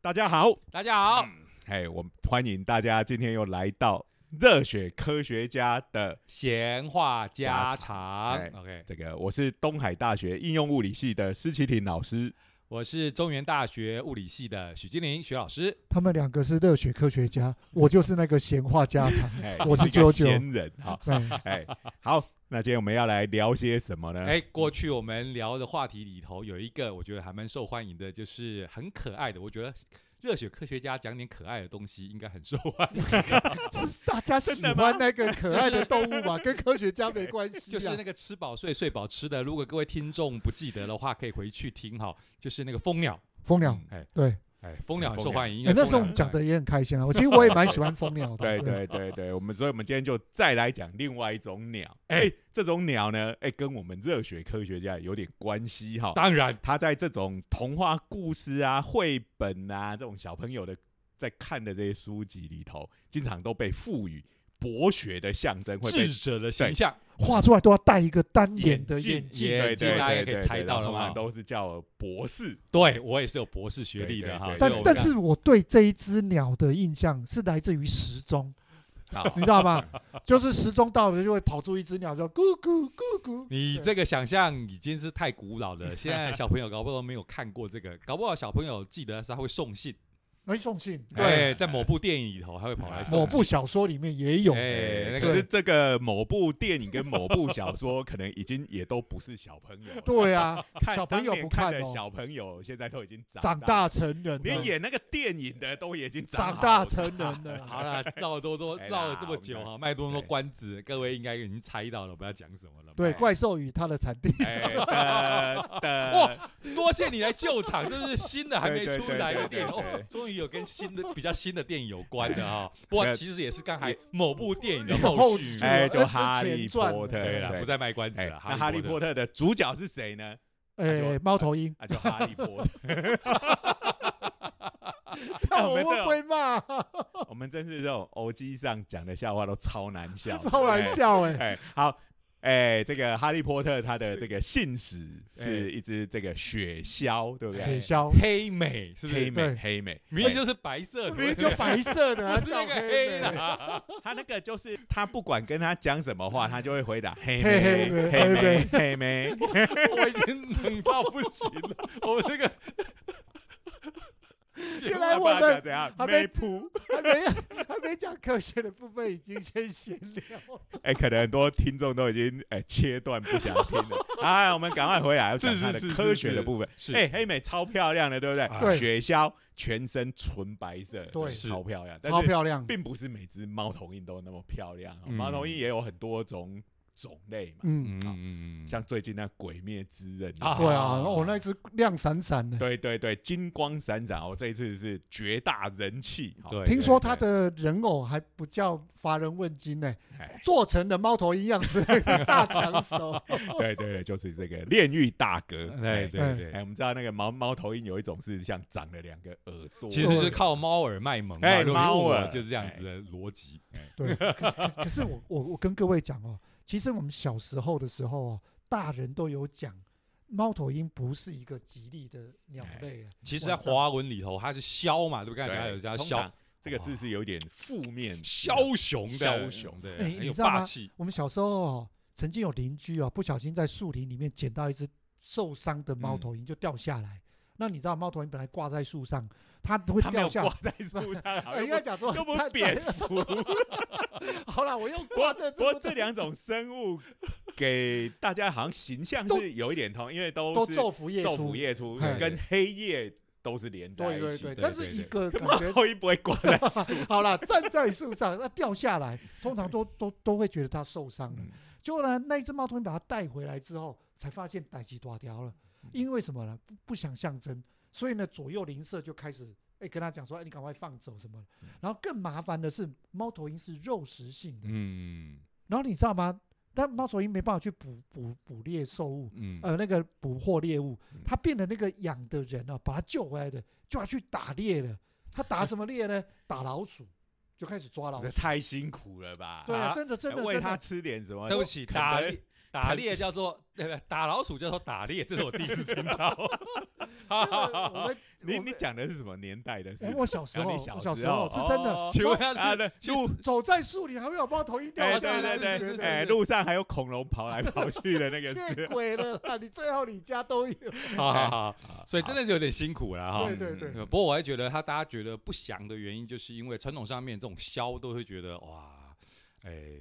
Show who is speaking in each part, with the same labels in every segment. Speaker 1: 大家好，
Speaker 2: 大家好，
Speaker 1: 嘿，我们欢迎大家今天又来到热血科学家的
Speaker 2: 闲话家
Speaker 1: 家
Speaker 2: 常。
Speaker 1: 哎
Speaker 2: OK，
Speaker 1: 这个，我是东海大学应用物理系的施启廷老师。
Speaker 2: 我是中原大学物理系的许金玲许老师。
Speaker 3: 他们两个是热血科学家，我就是那个闲话家常。
Speaker 1: 哎，
Speaker 3: 我是
Speaker 1: 一个
Speaker 3: 啾啾
Speaker 1: 闲人，好，
Speaker 3: 对，
Speaker 1: 哎，好，那今天我们要来聊些什么呢？
Speaker 2: 哎，过去我们聊的话题里头有一个我觉得还蛮受欢迎的，就是很可爱的。我觉得热血科学家讲点可爱的东西应该很受欢迎，
Speaker 3: 是大家喜欢那个可爱的动物吧，跟科学家没关系
Speaker 2: 就是
Speaker 3: 啊
Speaker 2: 那。个吃饱睡睡饱吃的。如果各位听众不记得的话，可以回去听哈，就是那个蜂鸟。
Speaker 3: 蜂鸟，
Speaker 2: 哎，
Speaker 3: 对，
Speaker 2: 哎，蜂鸟很
Speaker 1: 蜂
Speaker 2: 受
Speaker 1: 鸟
Speaker 2: 欢迎，因
Speaker 3: 哎
Speaker 2: 为
Speaker 3: 那时
Speaker 2: 蜂
Speaker 3: 候我
Speaker 2: 鸟
Speaker 3: 们讲
Speaker 2: 很
Speaker 3: 的也很开心啊。我其实我也蛮喜欢蜂鸟的。
Speaker 1: 对对对对，我们所以我们今天就再来讲另外一种鸟。哎、
Speaker 2: 哎
Speaker 1: 这种鸟呢，哎、跟我们热血科学家有点关系哈。
Speaker 2: 当然
Speaker 1: 它在这种童话故事啊、绘本啊这种小朋友的在看的这些书籍里头，经常都被赋予博学的象征，会被
Speaker 2: 智者的形象。
Speaker 3: 画出来都要戴一个单眼的
Speaker 1: 眼
Speaker 2: 镜
Speaker 3: 眼镜。
Speaker 1: 对
Speaker 2: 眼镜
Speaker 1: 对
Speaker 2: 大家
Speaker 1: 对
Speaker 2: 也可以
Speaker 1: 对
Speaker 2: 猜
Speaker 1: 对
Speaker 2: 到
Speaker 1: 然后通
Speaker 2: 了
Speaker 1: 常
Speaker 2: 嘛
Speaker 1: 都是叫博士。
Speaker 2: 对我也是有博士学历的哈
Speaker 1: 对对，对
Speaker 2: 所以
Speaker 3: 但
Speaker 1: 对
Speaker 2: 我
Speaker 3: 但
Speaker 2: 看
Speaker 3: 是我对这一只鸟的印象是来自于时钟，你知道吗？就是时钟到了就会跑出一只鸟，叫咕咕咕咕。
Speaker 2: 你
Speaker 3: 对
Speaker 2: 这个想象已经是太古老 了，现在的小朋友搞不好都没有看过这个，搞不好小朋友记得是他会送信，哎
Speaker 3: 没送信，对，
Speaker 2: 对，在某部电影里头还会跑来送
Speaker 3: 某
Speaker 2: 信
Speaker 3: 部小说里面也有。
Speaker 2: 哎，那
Speaker 1: 可
Speaker 2: 个
Speaker 1: 是这个某部电影跟某部小说，可能已经也都不是小朋友了。
Speaker 3: 对啊，
Speaker 1: 看
Speaker 3: 小朋友
Speaker 1: 当年
Speaker 3: 不
Speaker 1: 看
Speaker 3: 看
Speaker 1: 的
Speaker 3: 哦
Speaker 1: 小朋友现在都已经
Speaker 3: 长
Speaker 1: 大了
Speaker 3: 大成人了
Speaker 1: 连。演那个电影的都已经
Speaker 3: 长
Speaker 1: 好
Speaker 3: 大
Speaker 1: 了
Speaker 3: 成人啊了。
Speaker 2: 好了，绕了多多
Speaker 1: 哎啦
Speaker 2: 绕了这么久哈，卖多么多关子，各位应该已经猜到了，不要讲什么了嘛。
Speaker 3: 对，怪兽与它的产地，
Speaker 1: 哎呃的 的，
Speaker 2: 哇，多谢你来救场，这是新的还没
Speaker 1: 对对
Speaker 2: 出来的
Speaker 1: 对对
Speaker 2: 电影，
Speaker 1: 对
Speaker 2: 哦
Speaker 1: 对
Speaker 2: 终于有跟新的比较新的电影有关 的哈。不
Speaker 1: 那
Speaker 2: 过其实也是刚才某部电影 的
Speaker 3: 后
Speaker 2: 续
Speaker 3: 续，
Speaker 1: 哎，就
Speaker 3: 哎
Speaker 1: 哈利波特，
Speaker 2: 对了，
Speaker 1: 对
Speaker 2: 不再卖关子
Speaker 1: 哎
Speaker 2: 了。，
Speaker 1: 那哈利波
Speaker 2: 特，
Speaker 1: 特的主角是谁呢？
Speaker 3: 哎，猫 头鹰，
Speaker 1: 啊，就哈利波特。
Speaker 3: 那哎我
Speaker 1: 们这
Speaker 3: 会
Speaker 1: 种
Speaker 3: 不会骂？
Speaker 1: 我们真是这种欧基上讲的笑话都超难笑，
Speaker 3: 超难。笑哎！
Speaker 1: 哎，好。哎，这个哈利波特他的这个信使是一只这个雪鸮，对不
Speaker 3: 雪
Speaker 1: 对？
Speaker 3: 鸮，
Speaker 2: 黑美是不是
Speaker 1: 黑？美
Speaker 3: 对
Speaker 1: 黑美，哎
Speaker 2: 明明就是白色的，
Speaker 3: 哎明明就 白色的，
Speaker 2: 不
Speaker 3: 还
Speaker 2: 是那
Speaker 3: 叫
Speaker 2: 个黑
Speaker 3: 的。
Speaker 2: 啦。
Speaker 1: 他那个就是他不管跟他讲什么话，他就会回答黑
Speaker 3: 嘿
Speaker 1: 妹黑
Speaker 3: 嘿嘿
Speaker 1: 妹黑妹。
Speaker 2: 我已经冷到不行了， 我们这个
Speaker 3: 原来
Speaker 1: 不
Speaker 3: 我
Speaker 1: 然讲
Speaker 3: 们
Speaker 1: 怎样
Speaker 3: 还没
Speaker 1: 妹
Speaker 3: 谱，还没还没讲科学的部分，已经先闲聊。
Speaker 1: 哎、可能很多听众都已经哎、切断不想听了。啊，我们赶快回来，要讲
Speaker 2: 是
Speaker 1: 它的
Speaker 2: 是是
Speaker 1: 科
Speaker 2: 是
Speaker 1: 学
Speaker 2: 是
Speaker 1: 的部分。
Speaker 2: 是
Speaker 1: 哎、黑美超漂亮的，对不对？
Speaker 2: 啊
Speaker 3: 对
Speaker 1: 雪鸮全身纯白色，
Speaker 3: 对
Speaker 2: 是
Speaker 1: 超漂亮。但
Speaker 3: 超
Speaker 1: 是
Speaker 3: 漂亮，
Speaker 1: 并不是每只猫头鹰都那么漂亮、哦，
Speaker 2: 嗯
Speaker 1: 猫头鹰也有很多种种类嘛，
Speaker 3: 嗯，
Speaker 2: 嗯嗯
Speaker 1: 像最近那《鬼灭之刃》
Speaker 2: 啊
Speaker 3: 对啊，我那只亮闪闪 的，
Speaker 1: 对对对，金光闪闪哦，这一次是绝大人气。哦
Speaker 2: 对
Speaker 3: 听说它的人偶还不叫乏人问津呢
Speaker 1: 哎，
Speaker 3: 做成的猫头鹰样子， 大长手。
Speaker 1: 对对对，就是这个炼狱大哥。哎
Speaker 2: 对对对
Speaker 1: 哎、，我们知道那个猫猫头鹰有一种是像长了两个耳朵，
Speaker 2: 其实就是靠猫耳卖萌嘛，
Speaker 1: 哎
Speaker 2: 如果你问
Speaker 1: 猫
Speaker 2: 我
Speaker 1: 耳
Speaker 2: 就是这样子的逻辑。哎
Speaker 3: 对，可可可是我我我跟各位讲哦，其实我们小时候的时候哦，大人都有讲，猫头鹰不是一个吉利的鸟
Speaker 1: 哎
Speaker 3: 类啊。
Speaker 2: 其实，在华文里头，它是枭嘛，对不对？刚才有
Speaker 1: 对，
Speaker 2: 叫
Speaker 1: 通
Speaker 2: 枭
Speaker 1: 常这个字是有点负面，
Speaker 2: 枭雄的，
Speaker 1: 枭雄
Speaker 2: 对，
Speaker 3: 哎
Speaker 2: 很有
Speaker 3: 你知道吗
Speaker 2: 霸气。
Speaker 3: 我们小时候哦，曾经有邻居哦，不小心在树林里面捡到一只受伤的猫
Speaker 1: 嗯
Speaker 3: 头鹰，就掉下来。那你知道猫头鹰本来挂在树上，它会
Speaker 1: 嗯他没
Speaker 3: 掉
Speaker 1: 有
Speaker 3: 下
Speaker 1: 挂
Speaker 3: 来。
Speaker 1: 在树 上，好
Speaker 3: 哎应该讲说
Speaker 1: 又不
Speaker 3: 在
Speaker 1: 蝙蝠。
Speaker 3: 好了，我又
Speaker 1: 不过
Speaker 3: 挂在
Speaker 1: 不过
Speaker 3: 这
Speaker 1: 这
Speaker 3: 个
Speaker 1: 两种生 物给大家好像形象是有一点通，因为都
Speaker 3: 都
Speaker 1: 是
Speaker 3: 昼伏夜
Speaker 1: 昼
Speaker 3: 出
Speaker 1: 伏。夜出，
Speaker 3: 嘿
Speaker 1: 跟黑夜都是连在
Speaker 3: 对
Speaker 1: 一
Speaker 3: 对
Speaker 1: 起
Speaker 3: 对，
Speaker 1: 的。
Speaker 3: 但是一个感
Speaker 1: 猫
Speaker 3: 觉
Speaker 1: 头鹰不会挂 在树
Speaker 3: 好啦，站在树上，那掉下来，通常都都都会觉得它受伤了
Speaker 1: 嗯。
Speaker 3: 结果呢，那一只猫头鹰把它带回来之后，才发现逮起多条了。因为什么呢？不不想象征，所以呢，左右邻舍就开始哎、跟他讲说，哎、你赶快放走什么的。然后更麻烦的是，猫头鹰是肉食性的，
Speaker 2: 嗯
Speaker 3: 然后你知道吗？但猫头鹰没办法去捕捕捕猎兽物，
Speaker 2: 嗯，
Speaker 3: 呃，那个捕获猎物
Speaker 1: 嗯，
Speaker 3: 他变得那个养的人啊，把他救回来的，就要去打猎了。他打什么猎呢？ 打老鼠，就开始抓老
Speaker 1: 这
Speaker 3: 鼠。
Speaker 1: 太辛苦了吧？
Speaker 3: 对
Speaker 2: 打
Speaker 3: 啊，真的真的
Speaker 1: 喂
Speaker 3: 真
Speaker 1: 它
Speaker 3: 的，呃
Speaker 1: 吃点什么？
Speaker 2: 对不起，
Speaker 1: 肯
Speaker 2: 打
Speaker 1: 德
Speaker 2: 猎打猎叫做 呃打老鼠叫做打猎，这是我第一次听 到。 好
Speaker 3: 那
Speaker 2: 好
Speaker 3: 个
Speaker 2: 好
Speaker 3: 我
Speaker 2: 好，
Speaker 3: 们
Speaker 1: 你
Speaker 3: 我
Speaker 1: 你
Speaker 3: 们
Speaker 1: 讲的是什么年代的事？
Speaker 3: 我我小时
Speaker 1: 啊
Speaker 3: 候，
Speaker 1: 你
Speaker 3: 我
Speaker 1: 小
Speaker 3: 小
Speaker 1: 时
Speaker 3: 时候
Speaker 1: 候
Speaker 3: 是真的
Speaker 1: 哦，
Speaker 2: 请问他
Speaker 1: 啊，
Speaker 2: 是
Speaker 1: 那路
Speaker 3: 走在树里还会有猫头鹰掉
Speaker 1: 哎，
Speaker 3: 下
Speaker 1: 对
Speaker 3: 来，
Speaker 1: 对
Speaker 3: 你觉
Speaker 1: 对，
Speaker 3: 得
Speaker 1: 哎，
Speaker 3: 是
Speaker 1: 路上还有恐龙跑来跑去的那个
Speaker 3: 见
Speaker 1: 是，
Speaker 3: 鬼了啦！你最后你家都 有，
Speaker 2: 好好好，
Speaker 1: 啊
Speaker 2: 所以真的是有点辛苦了哈。
Speaker 3: 对对对
Speaker 1: 嗯
Speaker 2: 呃不过我还觉得他大家觉得不祥的原因，就是因为传统上面这种枭都会觉得哇，哎、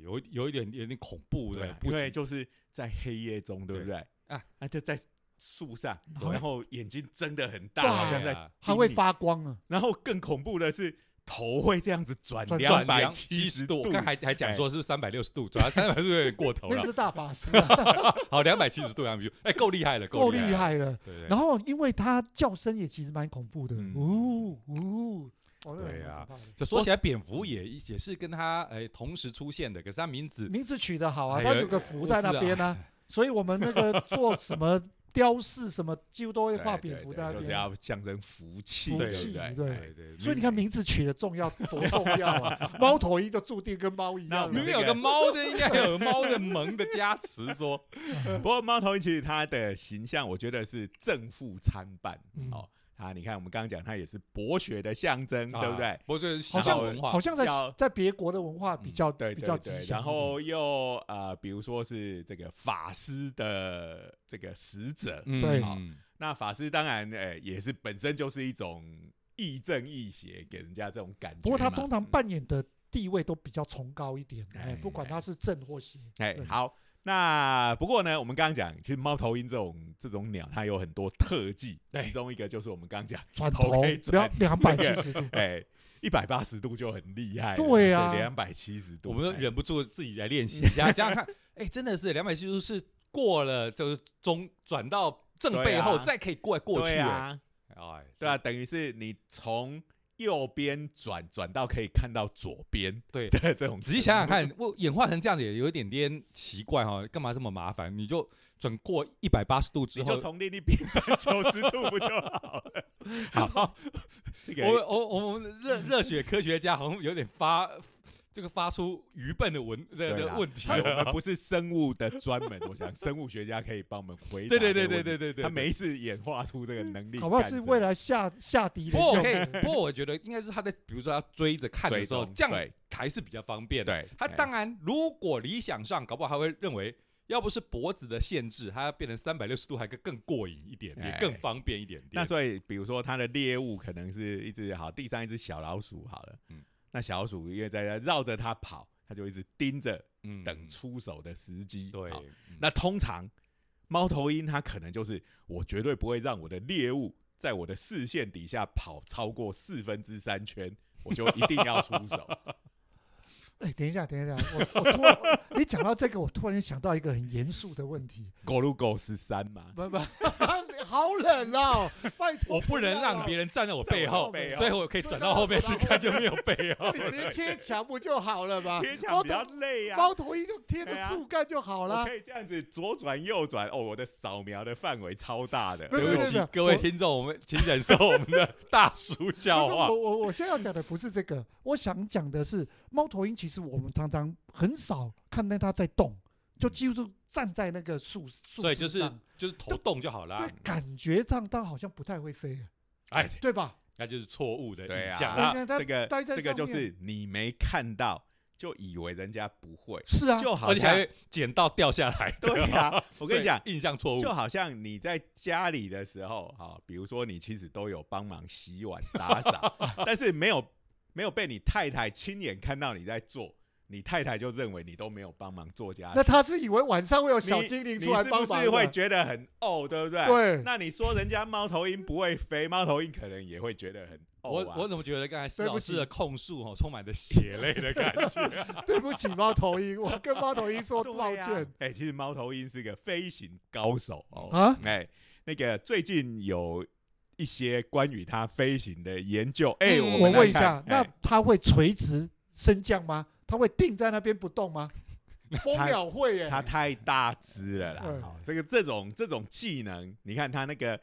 Speaker 2: 有有一点有点恐怖
Speaker 1: 对
Speaker 2: 的，
Speaker 1: 啊，
Speaker 2: 不
Speaker 1: 因为
Speaker 2: 对？
Speaker 1: 就是在黑夜中，对不对？
Speaker 2: 啊
Speaker 1: 啊，那就在树上，
Speaker 3: 好
Speaker 1: 然后眼睛睁得很
Speaker 3: 对
Speaker 1: 大，
Speaker 3: 啊
Speaker 2: 哎
Speaker 1: 好像在，
Speaker 3: 还会发光啊！
Speaker 1: 然后更恐怖的是头会这样子转
Speaker 3: 转
Speaker 1: 两百
Speaker 2: 两
Speaker 1: 七十
Speaker 2: 度，
Speaker 1: 度
Speaker 2: 我，刚还还讲说是三百六十度，转三百六十度有点过头
Speaker 3: 那
Speaker 2: 了。
Speaker 3: 是大法师 啊，
Speaker 2: 好，两百七十度 M G，哎，够厉害了，
Speaker 3: 够
Speaker 2: 厉
Speaker 3: 厉
Speaker 2: 了。
Speaker 3: 害了。
Speaker 2: 对对
Speaker 3: 然后，因为它叫声也其实蛮恐怖的，
Speaker 1: 嗯
Speaker 3: 呜呜，哦，
Speaker 2: 对啊
Speaker 3: 呀，
Speaker 2: 就说起来，蝙蝠也也是跟他哎同时出现的，可是他 名字
Speaker 3: 名字取得好啊，
Speaker 2: 哎
Speaker 3: 它
Speaker 2: 有
Speaker 3: 有个福在那边
Speaker 1: 哎
Speaker 3: 啊
Speaker 2: 是，
Speaker 3: 所以我们那个做什么雕饰什么，几乎都会
Speaker 1: 对
Speaker 3: 画
Speaker 1: 对
Speaker 3: 蝙蝠
Speaker 1: 对
Speaker 3: 在那
Speaker 1: 就是
Speaker 3: 边。
Speaker 1: 要象征福气，
Speaker 3: 福
Speaker 1: 对
Speaker 3: 气
Speaker 1: 不
Speaker 3: 对
Speaker 2: 对哎对，
Speaker 3: 所以你看名字取得重要多重要 啊！猫头鹰就注定跟猫一样啊
Speaker 1: 那
Speaker 2: 明
Speaker 1: 我们
Speaker 2: 明
Speaker 3: 了，
Speaker 2: 有个猫的，应该有猫的萌的加持，说
Speaker 1: 不过猫头鹰其实它的形象，我觉得是正负参半
Speaker 3: 嗯。
Speaker 1: 哦，它你看我们刚刚讲，它也是博学的象征，对不对？？
Speaker 2: 啊不是
Speaker 3: 好像
Speaker 2: 文化，
Speaker 3: 好像在
Speaker 1: 要嗯
Speaker 3: 在别国的文化比较
Speaker 1: 对
Speaker 3: 比较
Speaker 1: 对
Speaker 3: 吉
Speaker 1: 对，
Speaker 3: 祥。
Speaker 1: 然后又呃，比如说是这个法师的这个使者，
Speaker 2: 嗯
Speaker 3: 对
Speaker 1: 好那法师当然，哎、也是本身就是一种亦正亦邪，给人家这种感觉嘛。
Speaker 3: 不过他通常扮演的地位都比较崇高一点，
Speaker 1: 嗯
Speaker 3: 哎，不管他是正或邪，
Speaker 1: 哎、
Speaker 3: 对
Speaker 1: 好，那不过呢，我们刚刚讲，其实猫头鹰这种这种鸟，它有很多特技，
Speaker 3: 对
Speaker 1: 其中一个就是我们刚讲，
Speaker 3: 转
Speaker 1: 头
Speaker 3: 头
Speaker 1: 可以
Speaker 3: 两
Speaker 1: 转
Speaker 3: 两百 七十度，
Speaker 1: 哎、一百八十度就很厉害了，
Speaker 3: 对啊
Speaker 1: 两百七十度，
Speaker 2: 我们都
Speaker 1: 哎
Speaker 2: 忍不住自己来练习一 下，想想看，哎，真的是两百七十度是过了，就是中转到正背后，
Speaker 1: 对啊
Speaker 2: 再可以过过去
Speaker 1: 对，啊，
Speaker 2: 哎，
Speaker 1: 对啊，，等于是你从右边转转到可以看到左边，
Speaker 2: 对
Speaker 1: 的这种，
Speaker 2: 仔细想想，看，我演化成这样子也有一点点奇怪哈、哦，干嘛这么麻烦？你就转过一百八十度之
Speaker 1: 你就
Speaker 2: 后，
Speaker 1: 从另一边转九十度不就好了？
Speaker 2: 好，
Speaker 1: 这个
Speaker 2: 我我我我们热热血科学家好像有点发这个发出愚笨的文的
Speaker 1: 对
Speaker 2: 的
Speaker 1: 啦
Speaker 2: 问题啊
Speaker 1: 他我
Speaker 2: 了
Speaker 1: 们。不是生物的专门，我想 生物学家可以帮我们回答。
Speaker 2: 对对对对对
Speaker 1: 对
Speaker 2: 对对，
Speaker 1: 他每一次演化出这个能力，
Speaker 3: 搞不好是为
Speaker 1: 了
Speaker 3: 了下下敌
Speaker 2: 不过我
Speaker 3: 人用
Speaker 2: 可 以，
Speaker 3: 的。
Speaker 2: 不过我觉得应该是他在，比如说他追着看的时
Speaker 1: 追
Speaker 2: 候，
Speaker 1: 踪
Speaker 2: 这样
Speaker 1: 对
Speaker 2: 还是比较方便的。
Speaker 1: 对
Speaker 2: 他当
Speaker 1: 哎
Speaker 2: 然，如果理想上，搞不好他会认为，要不是脖子的限制，他要变成三百六十度，还更更过瘾一点点，
Speaker 1: 哎
Speaker 2: 更方便一点点。
Speaker 1: 那所以比如说他的猎物可能是一只好地上一只小老鼠好了，
Speaker 2: 嗯
Speaker 1: 那小老鼠因为在那绕着它跑，它就一直盯着
Speaker 2: 嗯
Speaker 1: 等出手的时机。
Speaker 2: 对
Speaker 1: 好，
Speaker 2: 嗯
Speaker 1: 那通常猫头鹰它可能就是我绝对不会让我的猎物在我的视线底下跑超过四分之三圈，我就一定要出 手。
Speaker 3: 哎，等一下，等一下，我我突然你讲到这个，我突然想到一个很严肃的问题，
Speaker 1: 狗鲁狗十三嘛，
Speaker 3: 不不， 好冷啊！拜托，
Speaker 2: 我不能让别
Speaker 3: 人，
Speaker 2: 人 站在我背
Speaker 1: 在我
Speaker 2: 后，
Speaker 1: 背后
Speaker 2: 所以我可以转到后面去看，就没有背
Speaker 3: 那
Speaker 2: 后
Speaker 3: 你。直接贴墙不就好了吗？
Speaker 1: 贴墙
Speaker 3: 猫
Speaker 1: 比较
Speaker 3: 头
Speaker 1: 累啊。
Speaker 3: 啊猫头鹰就贴着
Speaker 1: 对啊
Speaker 3: 树干就好
Speaker 1: 我
Speaker 3: 了。
Speaker 1: 可以这样子左转右转，哦，我的扫描的范围超大的。
Speaker 3: 没有
Speaker 2: 对不
Speaker 3: 没有没
Speaker 2: 起
Speaker 3: 有，
Speaker 2: 各位
Speaker 3: 我
Speaker 2: 听众，我们请忍受我们的大叔笑
Speaker 3: 不不
Speaker 2: 话
Speaker 3: 我。我我现在要讲的不是这个，我想讲的是猫头鹰。其实我们常常很少看到它在动，就几乎是站在那个树树
Speaker 2: 所以
Speaker 3: 枝
Speaker 2: 就是啊
Speaker 3: 上
Speaker 2: 就是头动就好啦
Speaker 3: 对，。感觉上它好像不太会飞，
Speaker 2: 哎，
Speaker 3: 对吧？
Speaker 2: 那就是错误的
Speaker 1: 对
Speaker 2: 影
Speaker 1: 啊
Speaker 2: 响
Speaker 3: 那
Speaker 2: 啦。
Speaker 3: 那它
Speaker 1: 这个
Speaker 3: 待在
Speaker 1: 这个就
Speaker 3: 上面
Speaker 1: 是你没看到，就以为人家不会，
Speaker 3: 是啊，
Speaker 1: 就好
Speaker 2: 而且还
Speaker 1: 像
Speaker 2: 会捡到掉下来。
Speaker 1: 对啊。我
Speaker 2: 我
Speaker 1: 跟你讲，
Speaker 2: 印象错误。
Speaker 1: 就好像你在家里的时候，哈、比如说你妻子都有帮忙洗碗打 扫，但是没有没有被你太太亲眼看到你在做，你太太就认为你都没有帮忙做家事
Speaker 3: 啊那。它是以为晚上会有小
Speaker 1: 你
Speaker 3: 精灵出来帮
Speaker 1: 你是
Speaker 3: 忙
Speaker 1: 不是会
Speaker 3: 的
Speaker 1: 觉得很哦，对不对？
Speaker 3: 对
Speaker 1: 那你说人家猫头鹰不会飞，猫头鹰可能也会觉得很
Speaker 2: 我
Speaker 1: 哦、啊。
Speaker 2: 我怎么觉得刚才施
Speaker 3: 对
Speaker 2: 老
Speaker 3: 不
Speaker 2: 师
Speaker 3: 起
Speaker 2: 的控诉哦，充满着血泪的感觉。
Speaker 3: 对不起，猫头鹰， 我跟猫头鹰说抱
Speaker 1: 对啊
Speaker 3: 歉。
Speaker 1: 哎、其实猫头鹰是个飞行高手哦。
Speaker 3: 啊
Speaker 1: 哎、那个最近有一些关于它飞行的研究。哎、
Speaker 2: 嗯
Speaker 1: 我
Speaker 3: 我
Speaker 1: 们来
Speaker 3: 问一
Speaker 1: 看
Speaker 3: 下，那
Speaker 1: 哎
Speaker 3: 它会垂直升降吗？它会定在那边不 动吗？蜂
Speaker 1: 它
Speaker 3: 鸟会耶，
Speaker 1: 它哎太大只了啦。
Speaker 3: 嗯
Speaker 1: 哦这个这种这种技能，你看它那个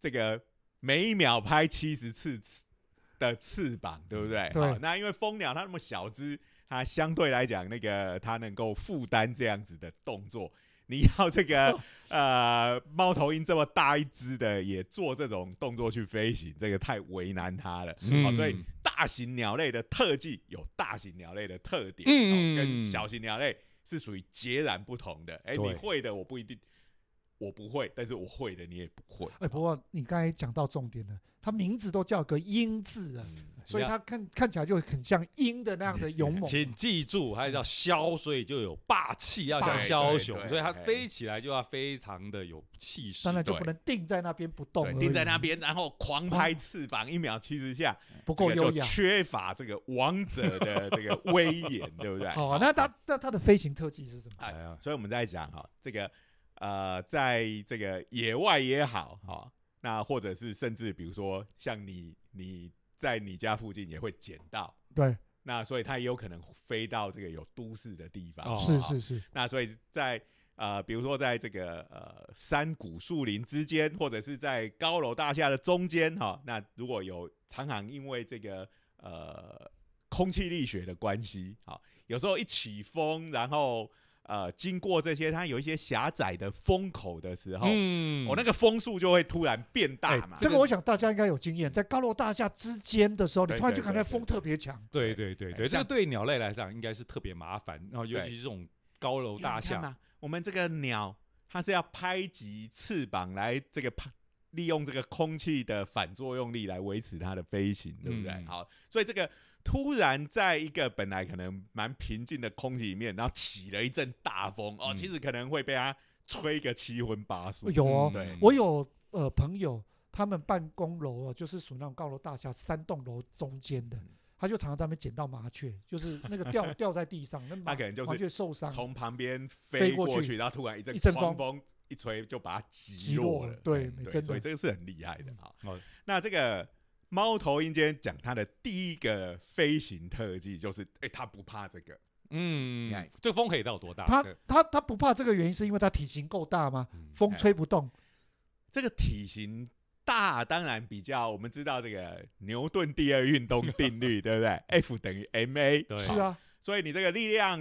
Speaker 1: 这个每秒拍七十次的翅膀，对不对？
Speaker 3: 对
Speaker 1: 好那因为蜂鸟它那么小只，他相对来讲，那个他能够负担这样子的动作。你要这个呃猫头鹰这么大一只的，也做这种动作去飞行，这个太为难它了。哦
Speaker 2: 嗯
Speaker 1: 好，所以大型鸟类的特技有大型鸟类的特点，
Speaker 2: 嗯
Speaker 1: 哦跟小型鸟类是属于截然不同的。哎、
Speaker 2: 对
Speaker 1: 你会的我不一定，我不会，但是我会的你也不 会。
Speaker 3: 哎，不过你刚才讲到重点了，它名字都叫个鹰字啊，
Speaker 1: 嗯哎
Speaker 3: 所以它看看起来就很像鹰的那样的勇猛。啊
Speaker 2: 请记住，它叫枭，所以就有霸气，要像
Speaker 3: 霸气
Speaker 2: 枭
Speaker 1: 对
Speaker 2: 雄，
Speaker 1: 对
Speaker 2: 所以它
Speaker 1: 对
Speaker 2: 飞起来就要非常的有气势。
Speaker 3: 当然就不
Speaker 1: 对
Speaker 3: 能定在那边不动而
Speaker 1: 对，
Speaker 3: 已，
Speaker 1: 定在那边，然后狂拍翅膀，一秒七十下，
Speaker 3: 不
Speaker 1: 这
Speaker 3: 够
Speaker 1: 个
Speaker 3: 优
Speaker 1: 就
Speaker 3: 雅。
Speaker 1: 缺乏这个王者的这个威严，对不对？
Speaker 3: 好啊，那它那它的飞行特技是什么？
Speaker 1: 哎
Speaker 2: 哎呀
Speaker 1: 所以我们在讲哈，这个呃，在这个野外也好，哈、那或者是甚至比如说像你你在你家附近也会捡到，
Speaker 3: 对，
Speaker 1: 那所以它也有可能飞到这个有都市的地方，
Speaker 2: 哦
Speaker 3: 是
Speaker 1: 哈
Speaker 3: 是是，
Speaker 1: 那所以在呃，比如说在这个呃山谷树林之间，或者是在高楼大厦的中间哈、那如果有常常因为这个呃空气力学的关系，好、有时候一起风，然后呃经过这些它有一些狭窄的风口的时候，我、
Speaker 2: 嗯
Speaker 1: 那个风速就会突然变大
Speaker 2: 哎
Speaker 1: 嘛。
Speaker 3: 这个我想大家应该有经验，在高楼大厦之间的时候，你
Speaker 1: 对
Speaker 3: 突然
Speaker 1: 对
Speaker 3: 就感
Speaker 1: 对
Speaker 3: 觉
Speaker 1: 对
Speaker 3: 风特别强。
Speaker 2: 对对对对，
Speaker 1: 哎
Speaker 2: 这个
Speaker 1: 像
Speaker 2: 对鸟类来讲应该是特别麻烦，然后尤
Speaker 1: 对
Speaker 2: 其是这种高楼
Speaker 1: 因为
Speaker 2: 大
Speaker 1: 你看
Speaker 2: 厦，
Speaker 1: 嘛，我们这个鸟它是要拍击翅膀来这个拍。利用这个空气的反作用力来维持它的飞行，对不对？
Speaker 2: 嗯
Speaker 1: 好，所以这个突然在一个本来可能蛮平静的空气里面，然后起了一阵大风，哦，
Speaker 2: 嗯
Speaker 1: 其实可能会被它吹个七荤八素。
Speaker 3: 有哦，
Speaker 1: 嗯对
Speaker 3: 我有呃朋友，他们办公楼啊，就是属于那种高楼大厦三栋楼中间的，
Speaker 1: 嗯
Speaker 3: 他就常常在那边捡到麻雀，就是那个 掉掉在地上，那麻
Speaker 1: 它可能就是
Speaker 3: 麻雀受伤
Speaker 1: 从旁边
Speaker 3: 飞
Speaker 1: 飞
Speaker 3: 过
Speaker 1: 过
Speaker 3: 去
Speaker 1: 去，然后突然一阵
Speaker 3: 一阵
Speaker 1: 狂
Speaker 3: 风
Speaker 1: 风一吹就把它击
Speaker 3: 击落
Speaker 1: 落
Speaker 3: 了
Speaker 1: 了。
Speaker 3: 对
Speaker 1: 嗯
Speaker 3: 没真的
Speaker 1: 所以这个是很厉害的啊
Speaker 2: 哎嗯好。
Speaker 1: 那这个猫头鹰今天讲它的第一个飞行特技就是，哎，它不怕这个，
Speaker 2: 嗯
Speaker 1: 你看，
Speaker 2: 这个风可以到多大？
Speaker 3: 他
Speaker 2: 这个
Speaker 3: 他他不怕这个原因是因为他体型够大吗？
Speaker 2: 嗯
Speaker 3: 风
Speaker 1: 哎
Speaker 3: 吹不动，
Speaker 1: 这个体型大，当然比较我们知道这个牛顿第二运动定律，对不 对？F 等于 ma，
Speaker 2: 对
Speaker 3: 是啊，
Speaker 1: 所以你这个力量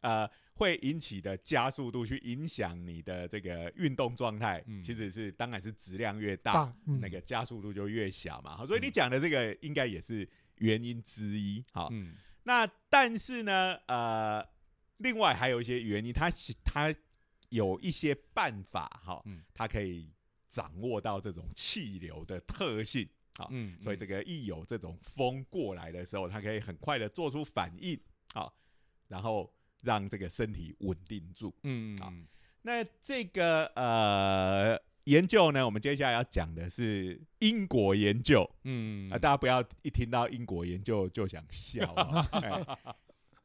Speaker 1: 呃会引起的加速度去影响你的这个运动状态，
Speaker 2: 嗯
Speaker 1: 其实是当然是质量越哎大，
Speaker 3: 大嗯
Speaker 1: 那个加速度就越小嘛。
Speaker 2: 嗯
Speaker 1: 好所以你讲的这个应该也是原因之一。好，
Speaker 2: 嗯，
Speaker 1: 那但是呢，呃，另外还有一些原因，它其它有一些办法哈，
Speaker 2: 嗯
Speaker 1: 它可以掌握到这种气流的特性。好，
Speaker 2: 嗯，
Speaker 1: 所以这
Speaker 2: 个
Speaker 1: 个一有这种风过来的时候，它可以很快的做出反应，好、然后让这个身体稳定住。
Speaker 2: 嗯
Speaker 1: 好
Speaker 2: 嗯
Speaker 1: 那这个呃研究呢，我们接下来要讲的是英国研究
Speaker 2: 嗯
Speaker 1: 啊、大家不要一听到英国研究就想笑、 啊哎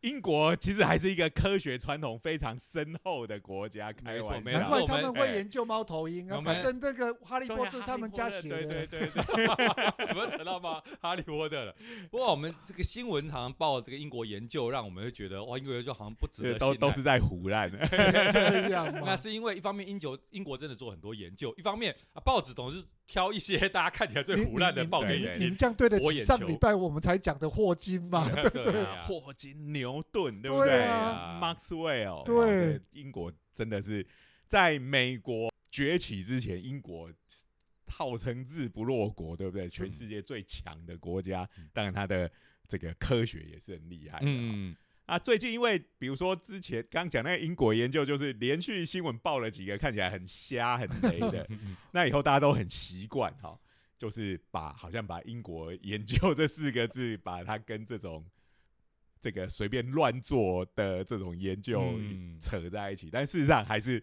Speaker 1: 英国其实还是一个科学传统非常深厚的国家，开
Speaker 2: 没错
Speaker 1: 玩
Speaker 2: 没
Speaker 1: 笑
Speaker 2: 错
Speaker 3: 难怪
Speaker 2: 我
Speaker 3: 他
Speaker 2: 们
Speaker 3: 们会
Speaker 1: 哎
Speaker 3: 研究猫头鹰啊，
Speaker 2: 我
Speaker 3: 反
Speaker 2: 们
Speaker 3: 正那个哈利
Speaker 1: 对啊
Speaker 3: 波特
Speaker 1: 哈
Speaker 3: 他
Speaker 1: 利
Speaker 3: 们
Speaker 1: 波
Speaker 3: 家
Speaker 1: 特
Speaker 3: 写
Speaker 1: 对对啊
Speaker 3: 的，
Speaker 1: 对对，
Speaker 2: 怎么扯到吗？ 哈利波特了。不过我们这个新闻常常报这个英国研究，让我们会觉得哇，英国研究好像不值
Speaker 1: 这
Speaker 2: 得
Speaker 1: 都
Speaker 2: 信
Speaker 1: 都
Speaker 2: 赖
Speaker 1: 是在胡乱。
Speaker 3: 这样
Speaker 2: 那
Speaker 3: 嘛，
Speaker 2: 是因为一方面英九英国真的做很多研究，一方面啊报纸总是挑一些大家看起来最
Speaker 3: 你
Speaker 2: 胡乱的
Speaker 3: 你
Speaker 2: 报给
Speaker 3: 你
Speaker 2: 你
Speaker 1: 对
Speaker 3: 你
Speaker 2: 听
Speaker 3: 们。这样对得
Speaker 2: 博
Speaker 3: 起
Speaker 2: 眼
Speaker 3: 上
Speaker 2: 球
Speaker 3: 礼拜我们才讲的霍金嘛？
Speaker 2: 对对
Speaker 1: 啊，霍金、牛顿，对不
Speaker 3: 对
Speaker 2: 啊
Speaker 1: m a x w e l l
Speaker 3: 对
Speaker 1: 英国真的是在美国崛起之前，英国号称日不落国，对不对？全世界最强的国家，
Speaker 2: 嗯
Speaker 1: 当然它的这个科学也是很厉害的。嗯、
Speaker 2: 嗯，，
Speaker 1: 啊，最近因为比如说之前刚讲那个英国研究，就是连续新闻报了几个看起来很瞎很雷的
Speaker 2: 嗯
Speaker 1: 那以后大家都很习惯哈，就是把好像把英国研究这四个字，把它跟这种这个随便乱做的这种研究
Speaker 2: 嗯
Speaker 1: 扯在一起，但事实上还是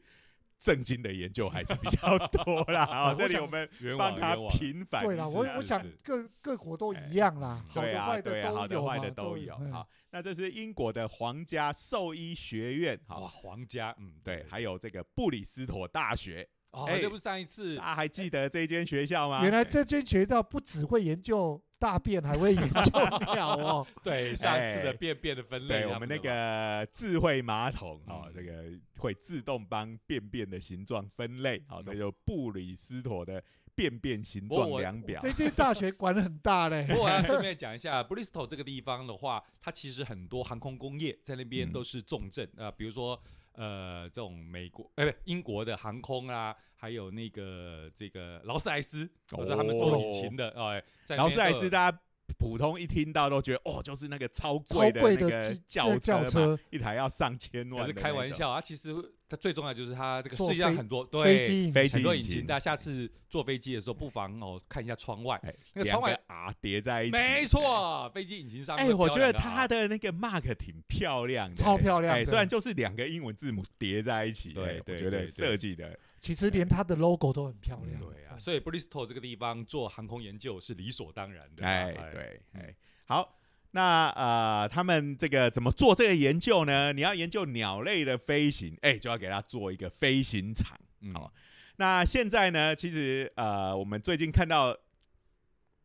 Speaker 1: 正经的研究还是比较多 啦。啊，
Speaker 3: 我
Speaker 1: 这里
Speaker 3: 想
Speaker 1: 我们
Speaker 2: 嗯冤枉
Speaker 1: 帮他
Speaker 2: 冤枉。
Speaker 1: 平反一
Speaker 3: 对
Speaker 1: 下
Speaker 3: 啦，我
Speaker 2: 是
Speaker 3: 我
Speaker 2: 是
Speaker 3: 想
Speaker 2: 是
Speaker 3: 各各国都
Speaker 1: 哎
Speaker 3: 一样啦，好
Speaker 1: 对
Speaker 3: 的
Speaker 1: 啊，
Speaker 3: 坏
Speaker 1: 对
Speaker 3: 的
Speaker 1: 啊，好
Speaker 3: 都
Speaker 1: 的
Speaker 3: 有
Speaker 1: 坏
Speaker 3: 嘛，
Speaker 1: 的都有
Speaker 3: 有。嗯
Speaker 1: 好，那这是英国的皇家兽医学院，
Speaker 2: 哇，
Speaker 1: 好，
Speaker 2: 皇家，嗯，
Speaker 1: 对，还有这个布里斯托大学，
Speaker 2: 哦，
Speaker 1: 哎
Speaker 2: 这不是上一次
Speaker 1: 大家还记得这间学校吗？
Speaker 3: 原来这间学校不只会研究大便，还会研究 鸟哦。
Speaker 2: 对上一次的
Speaker 1: 哎
Speaker 2: 便便的分类，啊
Speaker 1: 对我们那
Speaker 2: 他的
Speaker 1: 个智慧马桶哦
Speaker 2: 嗯，
Speaker 1: 这个会自动帮便便的形状分类，好、
Speaker 2: 嗯
Speaker 1: 这就布里斯托的变变形
Speaker 2: 我
Speaker 1: 状
Speaker 2: 我
Speaker 1: 量表，
Speaker 3: 这间大学管得很大嘞
Speaker 2: 不。过我要顺便讲一下，Bristol 这个地方的话，它其实很多航空工业在那边
Speaker 1: 嗯
Speaker 2: 都是重镇啊、呃比如说呃这种美国哎不、英国的航空啊，还有那个这个劳斯莱斯，都是他们做引擎的哎、在那
Speaker 1: 哦劳
Speaker 2: 边
Speaker 1: 斯莱
Speaker 2: 都有
Speaker 1: 斯大家普通一听到都觉得哦，就是那个超贵
Speaker 3: 超贵
Speaker 1: 那
Speaker 3: 的
Speaker 1: 个
Speaker 3: 机那
Speaker 1: 轿
Speaker 3: 个轿
Speaker 1: 车嘛
Speaker 3: 车，
Speaker 1: 一台要上千万
Speaker 2: 可
Speaker 1: 的那
Speaker 2: 是
Speaker 1: 种，
Speaker 2: 开玩笑啊，其实它最重要就是它这个
Speaker 3: 坐
Speaker 2: 世界上
Speaker 3: 飞
Speaker 2: 很多
Speaker 3: 飞
Speaker 2: 对
Speaker 3: 机引
Speaker 1: 飞
Speaker 3: 擎
Speaker 1: 机
Speaker 2: 很多
Speaker 1: 引
Speaker 2: 引擎，
Speaker 1: 擎
Speaker 2: 大家下次坐飞机的时候不妨哦看一下窗外，
Speaker 1: 哎，
Speaker 2: 那个
Speaker 1: 两
Speaker 2: 窗外
Speaker 1: 个 R 叠在一起，
Speaker 2: 没错，飞机引擎上
Speaker 1: 哎。
Speaker 2: 面
Speaker 1: 哎，
Speaker 2: 会
Speaker 1: 我
Speaker 2: 标
Speaker 1: 觉
Speaker 2: 两
Speaker 1: 得
Speaker 2: 个 R
Speaker 1: 它的那个 mark 挺漂亮的，
Speaker 3: 超漂亮
Speaker 1: 哎，
Speaker 3: 的
Speaker 1: 虽然就是两个英文字母叠在一起，
Speaker 2: 对
Speaker 1: 哎我
Speaker 2: 对
Speaker 1: 觉得
Speaker 2: 对对
Speaker 1: 设计的
Speaker 3: 其实连它的 logo 都很漂亮。
Speaker 1: 嗯
Speaker 2: 对啊，所以 Bristol 这个地方做航空研究是理所当然的。
Speaker 1: 哎，
Speaker 2: 啊，
Speaker 1: 对，
Speaker 2: 嗯
Speaker 1: 哎，好，那呃，他们这个怎么做这个研究呢？你要研究鸟类的飞行，哎，就要给它做一个飞行场。
Speaker 2: 嗯
Speaker 1: 好那现在呢，其实呃，我们最近看到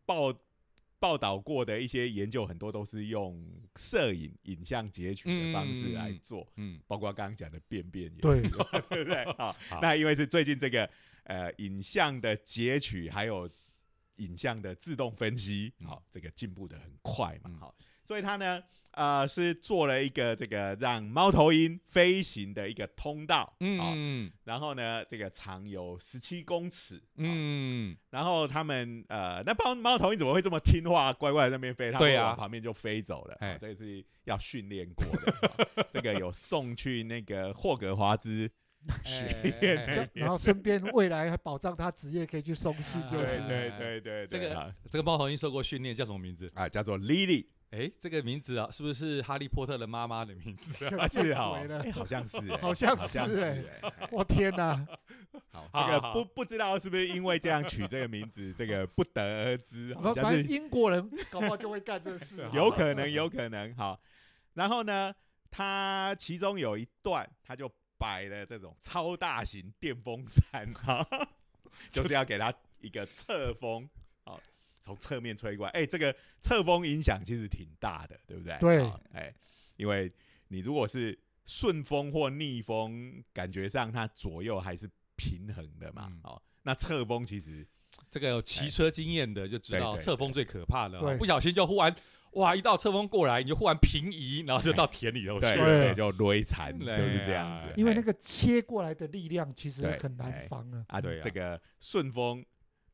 Speaker 1: 报报道过的一些研究，很多都是用摄影影像截取的方式来做，
Speaker 2: 嗯，
Speaker 1: 包括刚刚讲的便便也
Speaker 3: 对
Speaker 1: 是嘛， 对不对？好，那因为是最近这个呃影像的截取，还有影像的自动分析，
Speaker 2: 嗯
Speaker 1: 好、这个进步的很快嘛
Speaker 2: 嗯，
Speaker 1: 好、所以它呢，呃，是做了一个这个让猫头鹰飞行的一个通道，嗯、
Speaker 2: 嗯
Speaker 1: 然后呢，这个长有十七公尺，嗯、
Speaker 2: 嗯，
Speaker 1: 然后他们呃，那猫猫头鹰怎么会这么听话，乖乖在那边飞？它
Speaker 2: 对
Speaker 1: 们
Speaker 2: 啊
Speaker 1: 往旁边就飞走了，
Speaker 2: 哎
Speaker 1: 哦这个是要训练过的、 哦这个有送去那个霍格华兹实验
Speaker 2: 哎哎哎
Speaker 1: 那
Speaker 3: 这
Speaker 1: 边
Speaker 3: 样，然后顺便未来还保障他职业可以去送信，就
Speaker 1: 啊对
Speaker 3: 是
Speaker 2: 哎
Speaker 1: 对对对对，
Speaker 2: 这个
Speaker 1: 啊
Speaker 2: 这个猫头鹰受过训练，叫什么名字？
Speaker 1: 啊叫做 Lily
Speaker 2: 哎，这个名字啊，是不是哈利波特的妈妈的名字？
Speaker 1: 啊，是哈
Speaker 2: 哦
Speaker 3: 毁，了
Speaker 1: 哎好像是哎，
Speaker 3: 好像
Speaker 1: 好像
Speaker 3: 是
Speaker 1: 是
Speaker 3: 哎
Speaker 1: 哎，哎
Speaker 3: 我天哪！
Speaker 1: 好，
Speaker 2: 好
Speaker 1: 这个
Speaker 2: 好
Speaker 1: 不不知道是不是因为这样取这个名字，这个不得而知，哦好
Speaker 3: 反
Speaker 1: 像
Speaker 3: 正
Speaker 1: 是
Speaker 3: 英国
Speaker 1: ，
Speaker 3: 人搞不好就会干这事
Speaker 1: 有可能，有可能，好，然后呢，他其中有一段他就摆了这种超大型电风扇， 哈，就是要给他一个侧风，好，从侧面吹过来，哎，这个侧风影响其实挺大的，对不对？
Speaker 3: 对
Speaker 1: 好，哎，因为你如果是顺风或逆风，感觉上它左右还是平衡的嘛
Speaker 2: 嗯，
Speaker 1: 哦，那侧风其实
Speaker 2: 这个有骑车经验的就知道，
Speaker 1: 对对
Speaker 2: 侧风最可怕的啊，
Speaker 3: 对
Speaker 2: 不小心就忽然哇，一道侧风过来，你就忽然平移，然后就到田里头去
Speaker 1: 对
Speaker 2: 了。
Speaker 1: 对
Speaker 3: 对
Speaker 1: 就累残，就
Speaker 2: 对
Speaker 1: 是这样子
Speaker 2: 啊，
Speaker 3: 因为
Speaker 1: 哎
Speaker 3: 那个切过来的力量其实
Speaker 1: 对
Speaker 3: 很难
Speaker 1: 哎
Speaker 3: 防啊。
Speaker 1: 啊，
Speaker 2: 对啊
Speaker 1: 这个顺风，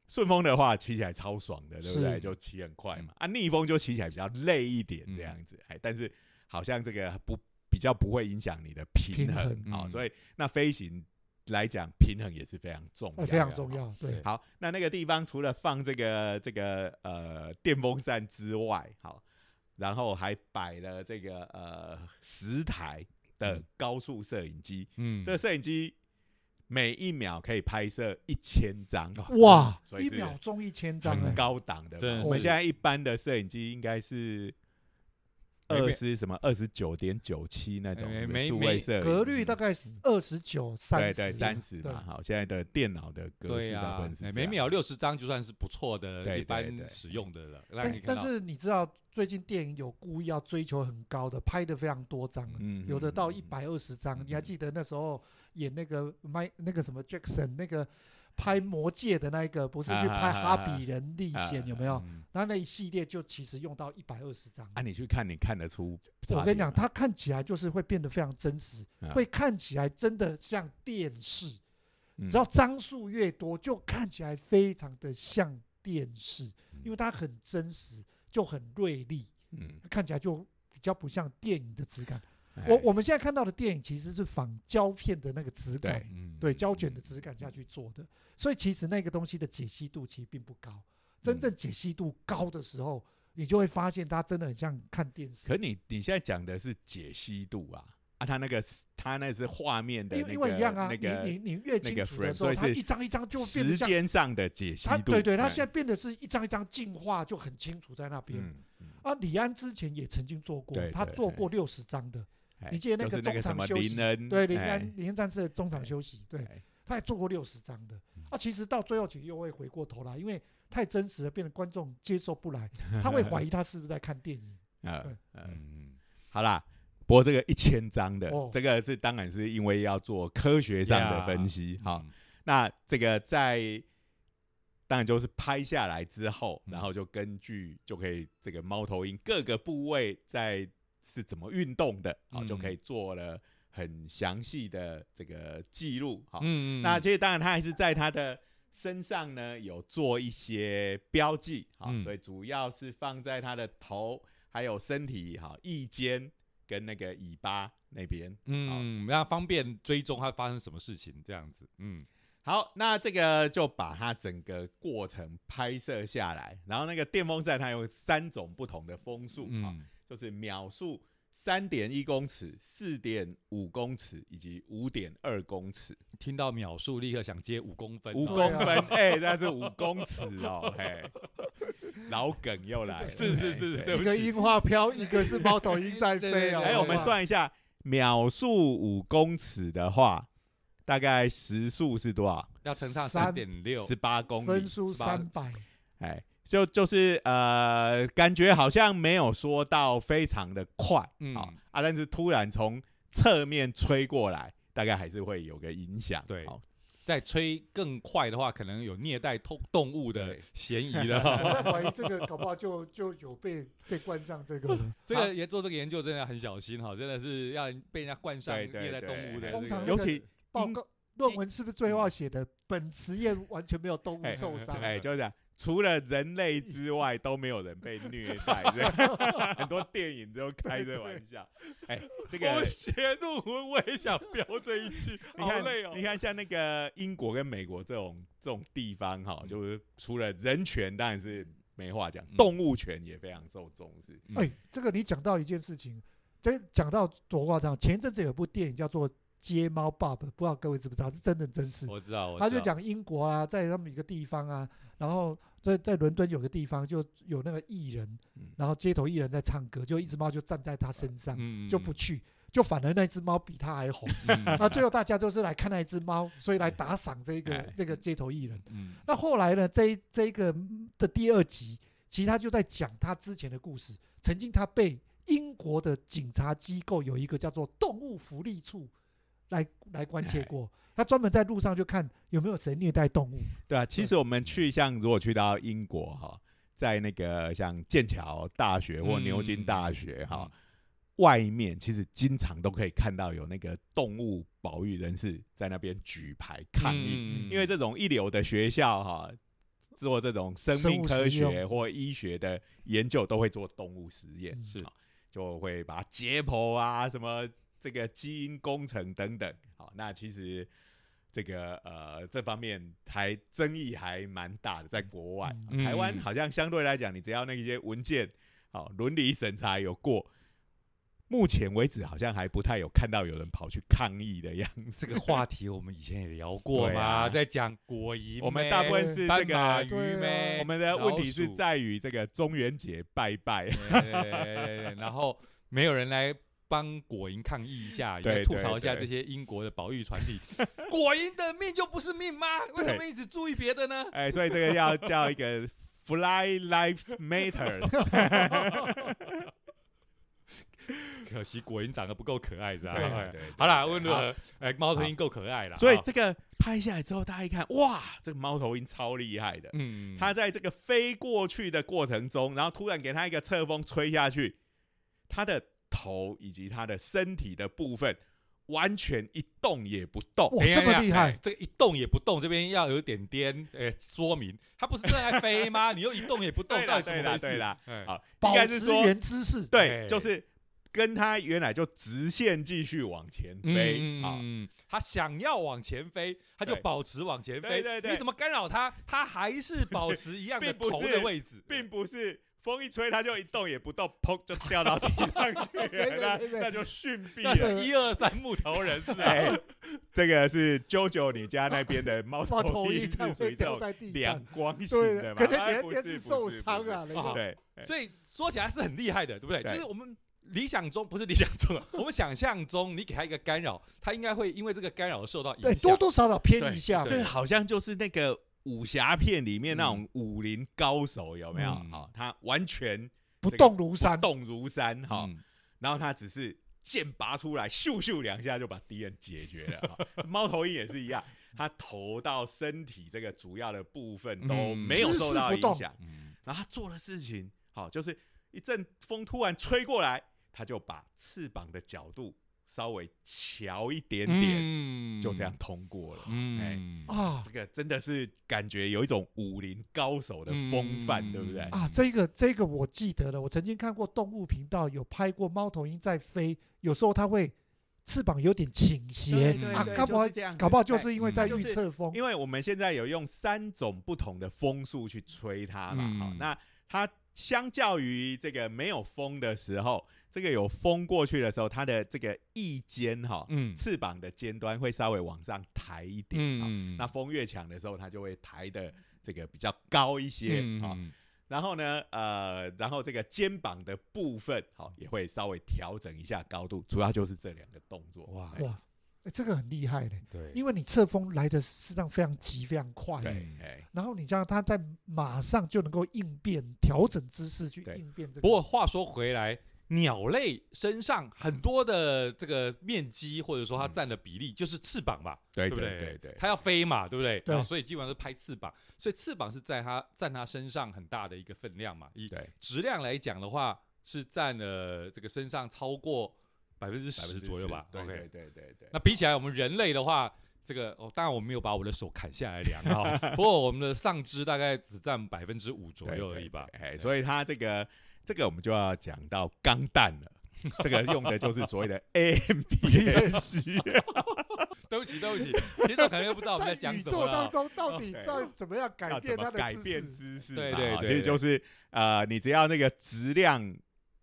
Speaker 1: 顺风的话骑起来超爽的，对不对？
Speaker 3: 是嗯
Speaker 1: 就骑很快嘛。啊，逆风就骑起来比较累一点，这样子。哎，但是好像这个不比较不会影响你的平
Speaker 3: 平
Speaker 1: 衡
Speaker 3: 衡
Speaker 1: 啊、哦
Speaker 2: 嗯
Speaker 1: 所以那飞行来讲，平衡也是非常重要
Speaker 3: 呃，
Speaker 1: 的，
Speaker 3: 非常重
Speaker 1: 哦。
Speaker 3: 要，对
Speaker 2: 对，
Speaker 1: 好，那那个地方除了放这个这个呃电风扇之外，好，然后还摆了这个呃十台的
Speaker 2: 嗯
Speaker 1: 高速摄影机，
Speaker 2: 嗯
Speaker 1: 这个摄影机每一秒可以拍摄一千张，
Speaker 3: 哇，
Speaker 1: 所以
Speaker 3: 一
Speaker 1: 是
Speaker 3: 秒钟一千张哎
Speaker 1: 很，高档的
Speaker 2: 真
Speaker 1: 嘛。
Speaker 2: 的
Speaker 1: 我们
Speaker 2: 是
Speaker 1: 现在一般的摄影机应该是
Speaker 2: 没
Speaker 1: 二
Speaker 2: 没
Speaker 1: 十什么二十九点九七那种
Speaker 2: 哎
Speaker 1: 的
Speaker 2: 没
Speaker 1: 数
Speaker 2: 没
Speaker 1: 位摄
Speaker 3: 格
Speaker 1: 影，
Speaker 3: 率大概二十九、
Speaker 1: 对
Speaker 3: 三
Speaker 1: 嗯对
Speaker 3: 十、啊
Speaker 1: 三十嘛。好，现在的电脑的格
Speaker 2: 对
Speaker 1: 式大部
Speaker 2: 呀
Speaker 1: 分是，这
Speaker 2: 每
Speaker 1: 样
Speaker 2: 秒六十张就算是不错
Speaker 1: 对
Speaker 2: 的，
Speaker 1: 对
Speaker 2: 一
Speaker 1: 对
Speaker 2: 般使用的了。让你
Speaker 3: 但
Speaker 2: 看
Speaker 3: 哎但
Speaker 2: 到
Speaker 3: 是你知道，最近电影有故意要追求很高的，拍的非常多张了，
Speaker 1: 嗯
Speaker 3: 有的到
Speaker 1: 嗯
Speaker 3: 一。
Speaker 1: 嗯嗯
Speaker 3: 百二十张
Speaker 1: 嗯。
Speaker 3: 你还记得那时候演那个麦那个什么 Jackson 那个拍《魔戒》的那一个，不是去
Speaker 1: 啊啊
Speaker 3: 拍
Speaker 1: 啊
Speaker 3: 哈比人历险有没有？
Speaker 2: 嗯
Speaker 3: 然后那一系列就其实用到一百二十张。
Speaker 1: 啊，你去看，你看得出差别吗。
Speaker 3: 我跟你讲，它看起来就是会变得非常真实
Speaker 1: 啊，
Speaker 3: 会看起来真的像电视。
Speaker 1: 嗯
Speaker 3: 只要张数越多，就看起来非常的像电视，因为它很真实，就很锐利，
Speaker 1: 嗯，
Speaker 3: 看起来就比较不像电影的质感。
Speaker 1: 哎
Speaker 3: 我我们现在看到的电影其实是仿胶片的那个质感
Speaker 1: 对，
Speaker 2: 嗯
Speaker 3: 对胶卷的质感下去做的，所以其实那个东西的解析度其实并不高。真
Speaker 1: 嗯
Speaker 3: 正解析度高的时候，你就会发现它真的很像看电视
Speaker 1: 可。你你现在讲的是解析度啊啊，它那个是它那是画面的
Speaker 3: 因
Speaker 1: 那个
Speaker 3: 为因为一样啊，
Speaker 1: 那个
Speaker 3: 你你你越
Speaker 1: 那
Speaker 3: 清
Speaker 1: 个
Speaker 3: 楚的
Speaker 1: frame，
Speaker 3: 时
Speaker 1: 所
Speaker 3: 候，
Speaker 1: 以
Speaker 3: 它
Speaker 1: 是
Speaker 3: 一张一张就变得
Speaker 1: 时
Speaker 3: 像
Speaker 1: 间上的解析
Speaker 3: 它
Speaker 1: 度。
Speaker 3: 对对，它
Speaker 1: 哎
Speaker 3: 现在变得是一张一张进化，就很清楚在那边。
Speaker 1: 嗯嗯
Speaker 3: 啊，李安之前也曾经做过
Speaker 1: 对，
Speaker 3: 他
Speaker 1: 对
Speaker 3: 做
Speaker 1: 对
Speaker 3: 过六十张的，
Speaker 1: 哎
Speaker 3: 你记得那
Speaker 1: 就
Speaker 3: 个
Speaker 1: 是那个
Speaker 3: 中
Speaker 1: 什
Speaker 3: 场
Speaker 1: 么
Speaker 3: 休息
Speaker 1: 林恩
Speaker 3: 对，林
Speaker 1: 哎
Speaker 3: 安林安战士的中场休息，对
Speaker 1: 哎，
Speaker 3: 他也做过六十张的。啊，其实到最后其实又会回过头来，因为太真实了，变得观众接受不来，他会怀疑他是不是在看电影。
Speaker 1: 呃
Speaker 3: 对
Speaker 1: 呃，
Speaker 2: 嗯
Speaker 1: 好啦。不过这个一千张的，
Speaker 3: 哦
Speaker 1: 这个是当然是因为要做科学上的
Speaker 2: 呀
Speaker 1: 分析。好，
Speaker 2: 嗯
Speaker 1: 那这个在当然就是拍下来之后，然后就根据就可以这个猫头鹰各个部位在是怎么运动的，好、
Speaker 2: 嗯
Speaker 1: 就可以做了很详细的这个记录，好、
Speaker 2: 嗯
Speaker 1: 那其实当然它还是在它的身上呢有做一些标记，好、
Speaker 2: 嗯
Speaker 1: 所以主要是放在它的头还有身体，好、翼尖跟那个尾巴那边，
Speaker 2: 嗯，让方便追踪它发生什么事情，这样子，嗯
Speaker 1: 好，那这个就把它整个过程拍摄下来，然后那个电风扇它有三种不同的风速啊、
Speaker 2: 嗯
Speaker 1: 就是秒速三点一公尺、四点五公尺以及五点二公尺，
Speaker 2: 听到秒数立刻想接五公分哦，
Speaker 1: 五
Speaker 3: 对
Speaker 1: 公
Speaker 3: 啊
Speaker 1: 分，哎、那是五公尺哦，嘿，老梗又来了，
Speaker 2: 是是是
Speaker 1: 嘿
Speaker 2: 对不
Speaker 3: 一个
Speaker 2: 起
Speaker 3: 樱花飘，一个是猫头鹰在
Speaker 2: 对对
Speaker 3: 飞哦。
Speaker 2: 对
Speaker 1: 哎、我们
Speaker 3: 哇
Speaker 1: 算一下，秒速五公尺的话，大概时速是多少？
Speaker 2: 要乘上三
Speaker 3: 三
Speaker 2: 点六，
Speaker 1: 十八公里，
Speaker 3: 分
Speaker 1: 18
Speaker 3: 数三 百，
Speaker 1: 哎，就就是呃，感觉好像没有说到非常的快，
Speaker 2: 嗯
Speaker 1: 好啊，但是突然从侧面吹过来，大概还是会有个影响，
Speaker 2: 对
Speaker 1: 好
Speaker 2: 再吹更快的话，可能有虐待动动物的
Speaker 1: 对
Speaker 2: 嫌疑了
Speaker 3: 我
Speaker 2: 哦。
Speaker 3: 在怀疑这个搞不好就就有被被冠上 这个
Speaker 1: 嗯
Speaker 3: 了。
Speaker 2: 这个也做这个研究真的很小心哈，真的是要被人家冠上
Speaker 1: 对对
Speaker 2: 虐待动物
Speaker 1: 对
Speaker 2: 的这
Speaker 3: 通常
Speaker 2: 个
Speaker 1: 尤
Speaker 3: 那个
Speaker 1: 其
Speaker 3: 报
Speaker 1: 英
Speaker 3: 告论文是不是最后要写的？本实验完全没有动物
Speaker 1: 哎
Speaker 3: 受伤，
Speaker 1: 哎，就是这样除了人类之外，都没有人被虐待，这样 很多电影都开这玩笑，哎，这个
Speaker 2: 我。写论文我也想标这一句，
Speaker 1: 你
Speaker 2: 好
Speaker 1: 看
Speaker 2: 累哦，
Speaker 1: 你。看像那个英国跟美国这种这种地方哈，
Speaker 3: 嗯
Speaker 1: 就是除了人权当然是没话讲，
Speaker 2: 嗯
Speaker 1: 动物权也非常受重视。
Speaker 2: 嗯
Speaker 3: 哎，这个你讲到一件事情，这讲到多夸张。前一阵子有部电影叫做《街猫爸爸》，不知道各位知不知道？是真人真事。
Speaker 2: 我知道，我
Speaker 3: 他
Speaker 2: 知
Speaker 3: 就
Speaker 2: 道，
Speaker 3: 讲英国啊，在他们一个地方啊，然后在在伦敦有个地方就有那个艺人
Speaker 1: 嗯，
Speaker 3: 然后街头艺人在唱歌，就一只猫就站在他身上，
Speaker 2: 嗯
Speaker 3: 就不去，就反而那只猫比他还红。
Speaker 2: 嗯嗯
Speaker 3: 那最后大家都是来看那一只猫，所以来打赏这个
Speaker 1: 哎
Speaker 3: 这个街头艺人。
Speaker 2: 嗯
Speaker 3: 那后来呢，这一这一个嗯的第二集，其实他就在讲他之前的故事。曾经他被英国的警察机构有一个叫做动物福利处来来关切过，
Speaker 1: 哎
Speaker 3: 他专门在路上就看有没有谁虐待动物。
Speaker 1: 对啊，其实我们去像如果去到英国哈，在那个像剑桥大学或牛津大学哈，
Speaker 2: 嗯
Speaker 1: 外面其实经常都可以看到有那个动物保育人士在那边举牌抗议，
Speaker 2: 嗯
Speaker 1: 因为这种一流的学校哈。做这种生
Speaker 3: 生
Speaker 1: 命
Speaker 3: 物
Speaker 1: 科
Speaker 3: 实
Speaker 1: 学
Speaker 3: 验
Speaker 1: 或医学的研究，都会做动物实验，
Speaker 3: 嗯
Speaker 2: 是
Speaker 1: 好就会把它解剖啊，什么这个基因工程等等。好，那其实这个呃这方面还争议还蛮大的，在国外，
Speaker 2: 嗯
Speaker 1: 台湾
Speaker 2: 嗯
Speaker 1: 好像相对来讲，你只要那些文件好伦理审查有过。目前为止，好像还不太有看到有人跑去抗议的样子。
Speaker 2: 这个话题我们以前也聊过
Speaker 1: 对
Speaker 2: 嘛，
Speaker 1: 啊
Speaker 2: 在讲果蝇咩，
Speaker 1: 我们大部分是这
Speaker 2: 斑马
Speaker 1: 个
Speaker 2: 鱼
Speaker 3: 对啊
Speaker 2: 咩，
Speaker 1: 我们的问题是
Speaker 2: 老鼠
Speaker 1: 在于这个中元节拜 拜，
Speaker 2: 对对对对对，然后没有人来帮果蝇抗议一下，也
Speaker 1: 对
Speaker 2: 吐槽一下
Speaker 1: 对对
Speaker 2: 这些英国的保育团体，果蝇的命就不是命吗？为什么一直注意别的呢？
Speaker 1: 哎，所以这个要叫一个 Fly Lives Matters，啊
Speaker 2: 可惜果蝇长得不够可爱，是吧？
Speaker 1: 对
Speaker 2: 哎
Speaker 1: 对对
Speaker 2: 好啦，
Speaker 1: 对
Speaker 2: 问如
Speaker 1: 好
Speaker 2: 何？哎，猫头鹰够可爱了，
Speaker 1: 所以
Speaker 2: 啊
Speaker 1: 这个拍下来之后，大家一看，哇，这个猫头鹰超厉害的。
Speaker 2: 嗯，
Speaker 1: 它在这个飞过去的过程中，然后突然给它一个侧风吹下去，它的头以及它的身体的部分完全一动也不动。
Speaker 3: 哇，
Speaker 2: 等一下
Speaker 3: 这么
Speaker 2: 等一
Speaker 3: 厉
Speaker 2: 下
Speaker 3: 害！
Speaker 2: 这个一动也不动，这边要有点颠，哎，说明它不是正在飞吗？你又一动也不动，
Speaker 1: 对
Speaker 2: 到
Speaker 1: 啦
Speaker 2: 底怎么
Speaker 1: 对啦
Speaker 2: 回事
Speaker 1: 对啦
Speaker 2: 哎
Speaker 1: 好，应
Speaker 3: 保
Speaker 1: 该是
Speaker 3: 持
Speaker 1: 说，
Speaker 3: 原姿势，
Speaker 1: 对，
Speaker 2: 哎
Speaker 1: 就是跟它原来就直线继续往前飞啊。
Speaker 2: 嗯，他想要往前飞，他就
Speaker 1: 对
Speaker 2: 保持往前飞。
Speaker 1: 对对对
Speaker 2: 你怎么干扰他？他还是保持一样 的
Speaker 1: 并不
Speaker 2: 头
Speaker 1: 是
Speaker 2: 的位置，
Speaker 1: 并不是风一吹它就一动也不动，砰就掉到地上去
Speaker 3: 对对
Speaker 1: 了，
Speaker 3: 对
Speaker 1: 那
Speaker 3: 对
Speaker 1: 那就逊毙
Speaker 2: 那
Speaker 1: 了。
Speaker 2: 是一二三木头人是 吧？
Speaker 1: 哎，这个是啾啾你家那边的猫
Speaker 3: 猫头鹰
Speaker 1: 鹰
Speaker 3: 才
Speaker 1: 是属
Speaker 3: 会
Speaker 1: 于这
Speaker 3: 掉
Speaker 1: 种
Speaker 3: 在地
Speaker 1: 两
Speaker 3: 上。
Speaker 1: 光型
Speaker 3: 对
Speaker 1: 的，嘛，
Speaker 3: 可能
Speaker 1: 哎
Speaker 3: 人
Speaker 1: 不
Speaker 3: 家
Speaker 1: 是
Speaker 3: 受伤，啊了，
Speaker 1: 不是
Speaker 2: 哦
Speaker 3: 那
Speaker 1: 不
Speaker 3: 个
Speaker 1: 是对，
Speaker 2: 所以说起来是很厉害的，对不对？
Speaker 1: 对
Speaker 2: 就是我们理想中 不是理想中啊，我们想象中你给他一个干扰，他应该会因为这个干扰受到
Speaker 3: 对
Speaker 2: 影响
Speaker 3: 多。多少少偏一下
Speaker 1: 这
Speaker 3: 嘛。
Speaker 2: 对
Speaker 1: 个好像就是那个武侠片里面那种武林高手有没有？
Speaker 2: 嗯
Speaker 1: 好，他完全
Speaker 3: 不
Speaker 1: 这个
Speaker 3: 动如山
Speaker 1: 不，动如山哈，
Speaker 2: 嗯
Speaker 1: 然后他只 是。剑拔出来，咻咻两下就把敌人解决了。哈猫头鹰也是一样，他头到身体这个主要的部分都
Speaker 2: 嗯
Speaker 1: 没有
Speaker 3: 姿势
Speaker 1: 受到
Speaker 3: 不
Speaker 1: 影
Speaker 3: 动
Speaker 1: 响。
Speaker 2: 嗯，
Speaker 1: 然后他做的事情，好，就是一阵风突然吹过来，他就把翅膀的角度稍微调一点点，
Speaker 2: 嗯
Speaker 1: 就这样，哎通过了。
Speaker 2: 嗯，
Speaker 3: 啊
Speaker 1: 这个真的是感觉有一种武林高手的风范，
Speaker 2: 嗯
Speaker 1: 对不对？
Speaker 3: 啊，这个这个我记得了，我曾经看过动物频道有拍过猫头鹰在飞，有时候它会翅膀有点倾斜
Speaker 2: 对对
Speaker 3: 啊，
Speaker 2: 对
Speaker 3: 搞不好
Speaker 1: 就是这样子
Speaker 3: 搞不好就是因为
Speaker 2: 嗯
Speaker 3: 在
Speaker 1: 就
Speaker 3: 预
Speaker 1: 是
Speaker 3: 测风，
Speaker 1: 因为我们现在有用三种不同的风速去吹它嘛，好、
Speaker 2: 嗯
Speaker 1: 那它相较于这个没有风的时候，这个有风过去的时候，它的这个翼尖哈、
Speaker 2: 嗯
Speaker 1: 翅膀的尖端会稍微往上抬哦一点，好
Speaker 2: 嗯，
Speaker 1: 那风越强的时候，它就会抬的这个比较高一哦些，好、
Speaker 2: 嗯
Speaker 1: 然后呢，呃，然后这个肩膀的部分，好、也会稍微调整一下高度，主要就是这两个动作。
Speaker 2: 哇
Speaker 1: 哎
Speaker 3: 哇，欸这个很厉害嘞，
Speaker 2: 对，
Speaker 3: 因为你侧风来的事实上非常急非常快，
Speaker 1: 对
Speaker 2: 嗯，
Speaker 1: 哎，
Speaker 3: 然后你这样它在马上就能够应变调整姿势去
Speaker 1: 对
Speaker 3: 应变这个，
Speaker 2: 不过话说回来，鸟类身上很多的这个面积或者说它
Speaker 1: 嗯
Speaker 2: 占的比例就是翅膀吧，
Speaker 1: 对
Speaker 2: 对不
Speaker 1: 对对对
Speaker 2: 它要飞嘛，对不对？
Speaker 3: 对
Speaker 2: 然后所以基本上是拍翅膀，所以翅膀是在它占它身上很大的一个分量嘛。以
Speaker 1: 对，
Speaker 2: 质量来讲的话，是占了这个身上超过百分之
Speaker 1: 百
Speaker 2: 十
Speaker 1: 分之
Speaker 2: 左右吧。
Speaker 1: 对
Speaker 2: OK
Speaker 1: 对对对对。
Speaker 2: 那比起来，我们人类的话，这个哦，当然我没有把我的手砍下来量 啊、不过我们的上肢大概只占百分之五左
Speaker 1: 对
Speaker 2: 右
Speaker 1: 对
Speaker 2: 而已吧。
Speaker 1: 对哎，所以它这个这个我们就要讲到钢弹了。这个用的就是所谓的 AMPS，
Speaker 2: 对不起，对不起，听众可能又不知道我们在
Speaker 3: 在
Speaker 2: 讲
Speaker 3: 宇
Speaker 2: 什么
Speaker 3: 宙
Speaker 2: 了
Speaker 3: 当
Speaker 2: 啊。
Speaker 3: 中到底
Speaker 1: 对
Speaker 3: 在怎么样改
Speaker 1: 要
Speaker 3: 变
Speaker 1: 啊怎么
Speaker 3: 它的
Speaker 1: 改
Speaker 3: 姿
Speaker 1: 变
Speaker 3: 势
Speaker 1: 姿势嘛？
Speaker 2: 对对
Speaker 1: 好
Speaker 2: 对
Speaker 1: 其实
Speaker 2: 对
Speaker 1: 就是呃，你只要那个质量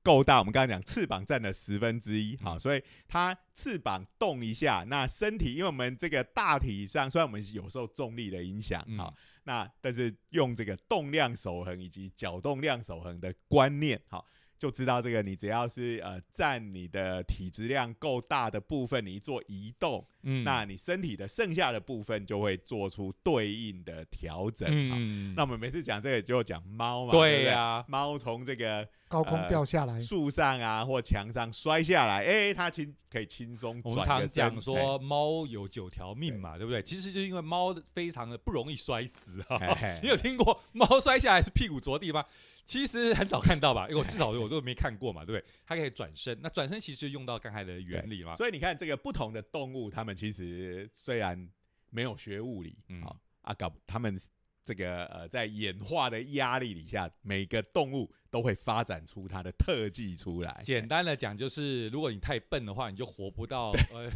Speaker 1: 够大，我们刚才讲翅膀占了十分之一，好，
Speaker 2: 嗯
Speaker 1: 所以它翅膀动一下，那身体因为我们这个大体上虽然我们有受重力的影响，
Speaker 2: 嗯
Speaker 1: 好，那但是用这个动量守恒以及角动量守恒的观念，好。就知道这个，你只要是呃占你的体质量够大的部分，你一做移动，
Speaker 2: 嗯
Speaker 1: 那你身体的剩下的部分就会做出对应的调整。好
Speaker 2: 嗯
Speaker 1: 那我们每次讲这个就讲猫嘛，对嗯
Speaker 2: 对
Speaker 1: 不对
Speaker 2: 呀，
Speaker 1: 猫从这个
Speaker 3: 高空
Speaker 1: 呃
Speaker 3: 掉下来，
Speaker 1: 树上啊或墙上摔下来，哎、它轻可以轻松
Speaker 2: 我
Speaker 1: 转
Speaker 2: 们
Speaker 1: 个
Speaker 2: 常
Speaker 1: 身
Speaker 2: 讲
Speaker 1: 哎
Speaker 2: 说猫有九条命嘛，对不对？其实就是因为猫非常的不容易摔死
Speaker 1: 嘿
Speaker 2: 啊。
Speaker 1: 嘿
Speaker 2: 你有听过猫摔下来是屁股着地吗？其实很少看到吧，因为我至少我都没看过嘛，对不对？它可以转身，那转身其实用到刚才的原理嘛。
Speaker 1: 所以你看这个不同的动物，它们其实虽然没有学物理，
Speaker 2: 嗯
Speaker 1: 好、啊搞不，它们这个呃在演化的压力底下，每个动物都会发展出它的特技出来。
Speaker 2: 简单的讲就是，如果你太笨的话，你就活不到，呃，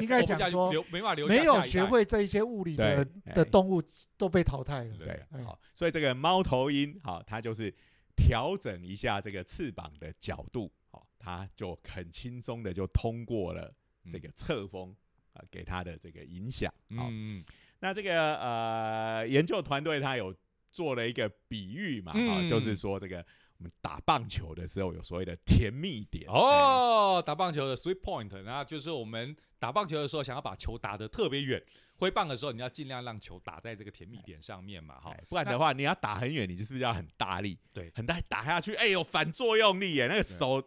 Speaker 3: 应该
Speaker 2: 活不
Speaker 3: 讲
Speaker 2: 下去
Speaker 3: 说
Speaker 2: 留没办法留下
Speaker 3: 没有
Speaker 2: 下一
Speaker 3: 学
Speaker 2: 代
Speaker 3: 会这一些物理的
Speaker 1: 对哎
Speaker 3: 的动物都被淘汰了。
Speaker 1: 对，
Speaker 3: 哎
Speaker 1: 好，所以这个猫头鹰，好，它就是调整一下这个翅膀的角度，好，它就很轻松的就通过了
Speaker 2: 嗯
Speaker 1: 这个侧风啊、呃给它的这个影响。好，
Speaker 2: 嗯，
Speaker 1: 那这个呃研究团队他有做了一个比喻嘛，啊、
Speaker 2: 嗯
Speaker 1: 就是说这个我们打棒球的时候有所谓的甜蜜点哎
Speaker 2: 哦，打棒球的 sweet point，那就是我们打棒球的时候，想要把球打得特别远，挥棒的时候，你要尽量让球打在这个甜蜜点上面嘛，哈
Speaker 1: 哎。不然的话，你要打很远，你是不是要很大力？
Speaker 2: 对
Speaker 1: 很大力打下去，哎、有反作用力耶，那个手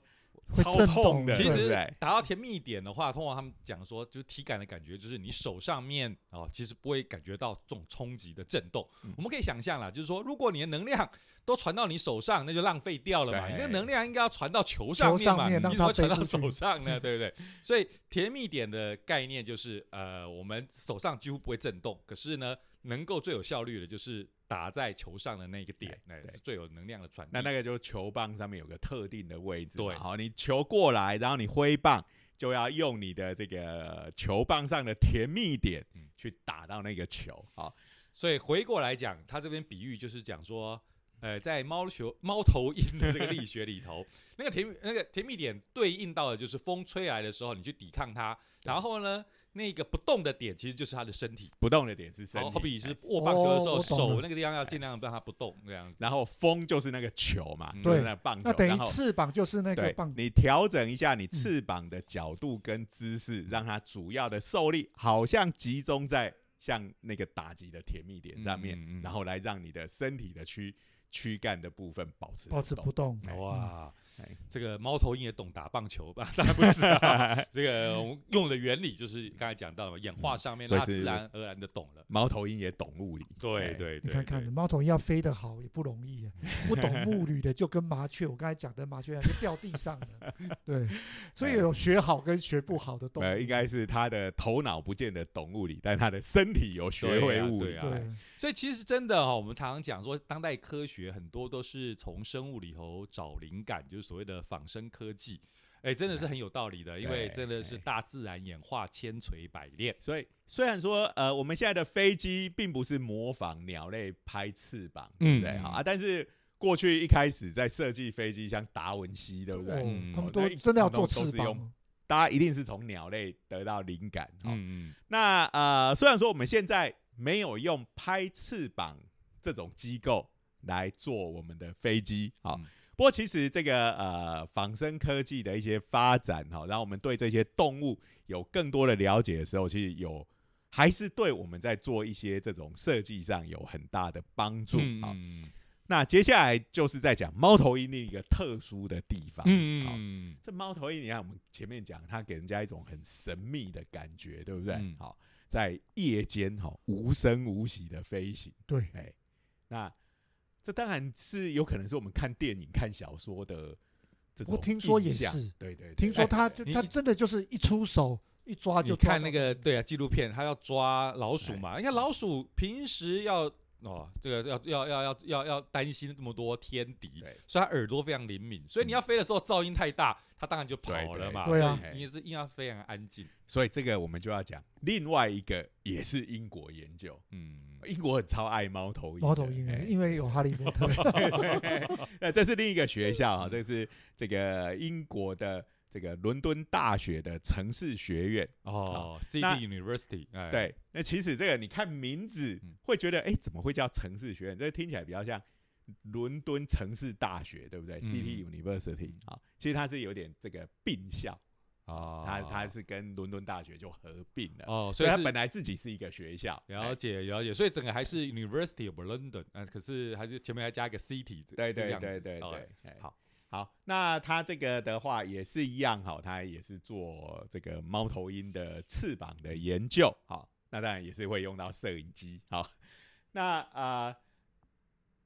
Speaker 3: 会
Speaker 1: 超
Speaker 3: 震
Speaker 1: 痛
Speaker 3: 动
Speaker 1: 的，
Speaker 3: 对
Speaker 2: 其
Speaker 1: 对不
Speaker 2: 实
Speaker 1: 对？
Speaker 2: 打到甜蜜点的话，通常他们讲说，就是体感的感觉，就是你手上面哦，其实不会感觉到这种冲击的震动。
Speaker 1: 嗯
Speaker 2: 我们可以想象啦，就是说，如果你的能量都传到你手上，那就浪费掉了嘛。
Speaker 1: 对
Speaker 2: 你的能量应该要传到球上面嘛，
Speaker 3: 球上面
Speaker 2: 你
Speaker 3: 让
Speaker 2: 怎么
Speaker 3: 它
Speaker 2: 会传
Speaker 3: 飞
Speaker 2: 到
Speaker 3: 出去
Speaker 2: 手上呢？对不对？所以甜蜜点的概念就是，呃，我们手上几乎不会震动，可是呢，能够最有效率的就是打在球上的那个点，那
Speaker 1: 对
Speaker 2: 是最有能量的传递。
Speaker 1: 那那个就是球棒上面有个特定的位置嘛，
Speaker 2: 对
Speaker 1: 好，你球过来，然后你挥棒就要用你的这个球棒上的甜蜜点
Speaker 2: 嗯
Speaker 1: 去打到那个球，好，
Speaker 2: 所以回过来讲，他这边比喻就是讲说，呃，在猫球猫头鹰的这个力学里头， 那个甜蜜那个甜蜜点对应到的就是风吹来的时候，你去抵抗它，
Speaker 1: 对
Speaker 2: 然后呢，那个不动的点其实就是它的身体，
Speaker 1: 不动的点是身
Speaker 2: 哦好
Speaker 1: 体，
Speaker 2: 好比
Speaker 1: 哎
Speaker 2: 是握棒球的时候，
Speaker 3: 哦我懂了
Speaker 2: 手那个地方要尽量让它不动这样子。
Speaker 1: 然后风就是那个球嘛，
Speaker 2: 嗯
Speaker 1: 就是
Speaker 3: 对
Speaker 1: 那个棒球，
Speaker 3: 那等
Speaker 1: 然
Speaker 3: 于
Speaker 1: 后
Speaker 3: 翅膀就是那个
Speaker 1: 对
Speaker 3: 棒，，
Speaker 1: 你调整一下你翅膀的角度跟姿势，
Speaker 3: 嗯
Speaker 1: 让它主要的受力好像集中在像那个打击的甜蜜点上面，
Speaker 2: 嗯嗯嗯
Speaker 1: 然后来让你的身体的躯躯干的部分保持
Speaker 3: 保持
Speaker 1: 动
Speaker 3: 不动。
Speaker 2: 嗯哇，
Speaker 1: 哎
Speaker 2: 这个猫头鹰也懂打棒球吧？当 然不是、啊，这个我们用的原理就是刚才讲到了，演化上面
Speaker 1: 所以
Speaker 2: 它
Speaker 1: 是
Speaker 2: 自然而然的懂了。
Speaker 1: 猫头鹰也懂物理，
Speaker 2: 对
Speaker 1: 哎
Speaker 2: 对
Speaker 3: 你
Speaker 2: 对，
Speaker 3: 看看，
Speaker 2: 对
Speaker 3: 猫头鹰要飞得好也不容易 耶，不懂木旅的就跟麻雀，我刚才讲的麻雀一样就掉地上 了。对，所以有学好跟学不好的动
Speaker 1: 呃，
Speaker 3: 物。
Speaker 1: 应该是他的头脑不见得懂物理，但他的身体有学会物理
Speaker 2: 对。啊
Speaker 3: 对，
Speaker 2: 所以其实真的哈、我们常常讲说，当代科学很多都是从生物里头找灵感，就是所谓的仿生科技。哎，真的是很有道理的，因为
Speaker 1: 对
Speaker 2: 真的是大自然演化千锤百炼。
Speaker 1: 所以虽然说，呃，我们现在的飞机并不是模仿鸟类拍翅膀，对
Speaker 2: 嗯
Speaker 1: 不对？好啊，但是过去一开始在设计飞机，像达文西，对不对？
Speaker 3: 哦
Speaker 2: 嗯
Speaker 3: 他
Speaker 1: 哦
Speaker 3: 们都
Speaker 1: 那
Speaker 3: 真的要
Speaker 1: 都
Speaker 3: 做
Speaker 1: 都是
Speaker 3: 翅膀
Speaker 1: 用
Speaker 3: 哦。
Speaker 1: 大家一定是从鸟类得到灵感。好、
Speaker 2: 嗯嗯，
Speaker 1: 那呃，虽然说我们现在没有用拍翅膀这种机构来做我们的飞机，好、
Speaker 2: 嗯
Speaker 1: 不过其实这个呃仿生科技的一些发展，哈、让我们对这些动物有更多的了解的时候，其实有还是对我们在做一些这种设计上有很大的帮助。
Speaker 2: 嗯
Speaker 1: 好、
Speaker 2: 嗯
Speaker 1: 那接下来就是在讲猫头鹰的一个特殊的地方，
Speaker 2: 嗯
Speaker 1: 好
Speaker 2: 嗯
Speaker 1: 这猫头鹰，你看我们前面讲，它给人家一种很神秘的感觉，对不对？
Speaker 2: 嗯
Speaker 1: 好，在夜间哈、无声无息的飞行，
Speaker 3: 对，
Speaker 1: 哎，那这当然是有可能是我们看电影、看小说的这种
Speaker 3: 我听说也
Speaker 1: 印象
Speaker 3: 是
Speaker 1: 对对对
Speaker 3: 听说
Speaker 1: 哎
Speaker 3: 他
Speaker 1: 对
Speaker 3: 就
Speaker 2: 你
Speaker 3: 他真的就是一出手一抓
Speaker 2: 你
Speaker 3: 就抓
Speaker 2: 看
Speaker 3: 到
Speaker 2: 那个对啊，纪录片，他要抓老鼠嘛。你看老鼠平时要哦，这个要要要要要要担心这么多天敌
Speaker 1: 对，
Speaker 2: 所以它耳朵非常灵敏。所以你要飞的时候噪音太大，它当然就跑了嘛。
Speaker 3: 对对
Speaker 2: 所以你也是硬要非常安静。
Speaker 1: 所以这个我们就要讲另外一个，也是英国研究，
Speaker 2: 嗯，
Speaker 1: 英国很超爱猫头鹰的，
Speaker 3: 猫头鹰
Speaker 1: 哎
Speaker 3: 啊，因为有哈利波 特。
Speaker 1: 那这是另一个学校啊，这是这个英国的这个伦敦大学的城市学院。
Speaker 2: 哦
Speaker 1: 那
Speaker 2: ，City University，哎，
Speaker 1: 对，那其实这个你看名字
Speaker 2: 嗯
Speaker 1: 会觉得，哎、怎么会叫城市学院？这听起来比较像伦敦城市大学，对不对、
Speaker 2: 嗯
Speaker 1: c i t y University
Speaker 2: 嗯
Speaker 1: 啊、其实它是有点这个并校，
Speaker 2: 哦，
Speaker 1: 它它是跟伦敦大学就合并了，
Speaker 2: 哦，
Speaker 1: 所
Speaker 2: 所
Speaker 1: 以
Speaker 2: 以
Speaker 1: 它
Speaker 2: 是
Speaker 1: 本嗯来自己是一个学校。哎
Speaker 2: 了
Speaker 1: 解，
Speaker 2: 解了解，所以整个还是 University of London，啊，可是还是前面还加一个 City，
Speaker 1: 对
Speaker 2: 这
Speaker 1: 对
Speaker 2: 样子
Speaker 1: 对对
Speaker 2: 哦
Speaker 1: 对，哎
Speaker 2: 好。
Speaker 1: 好，那它这个的话也是一样，好，它也是做这个猫头鹰的翅膀的研究，好，那当然也是会用到摄影机，好，那啊、呃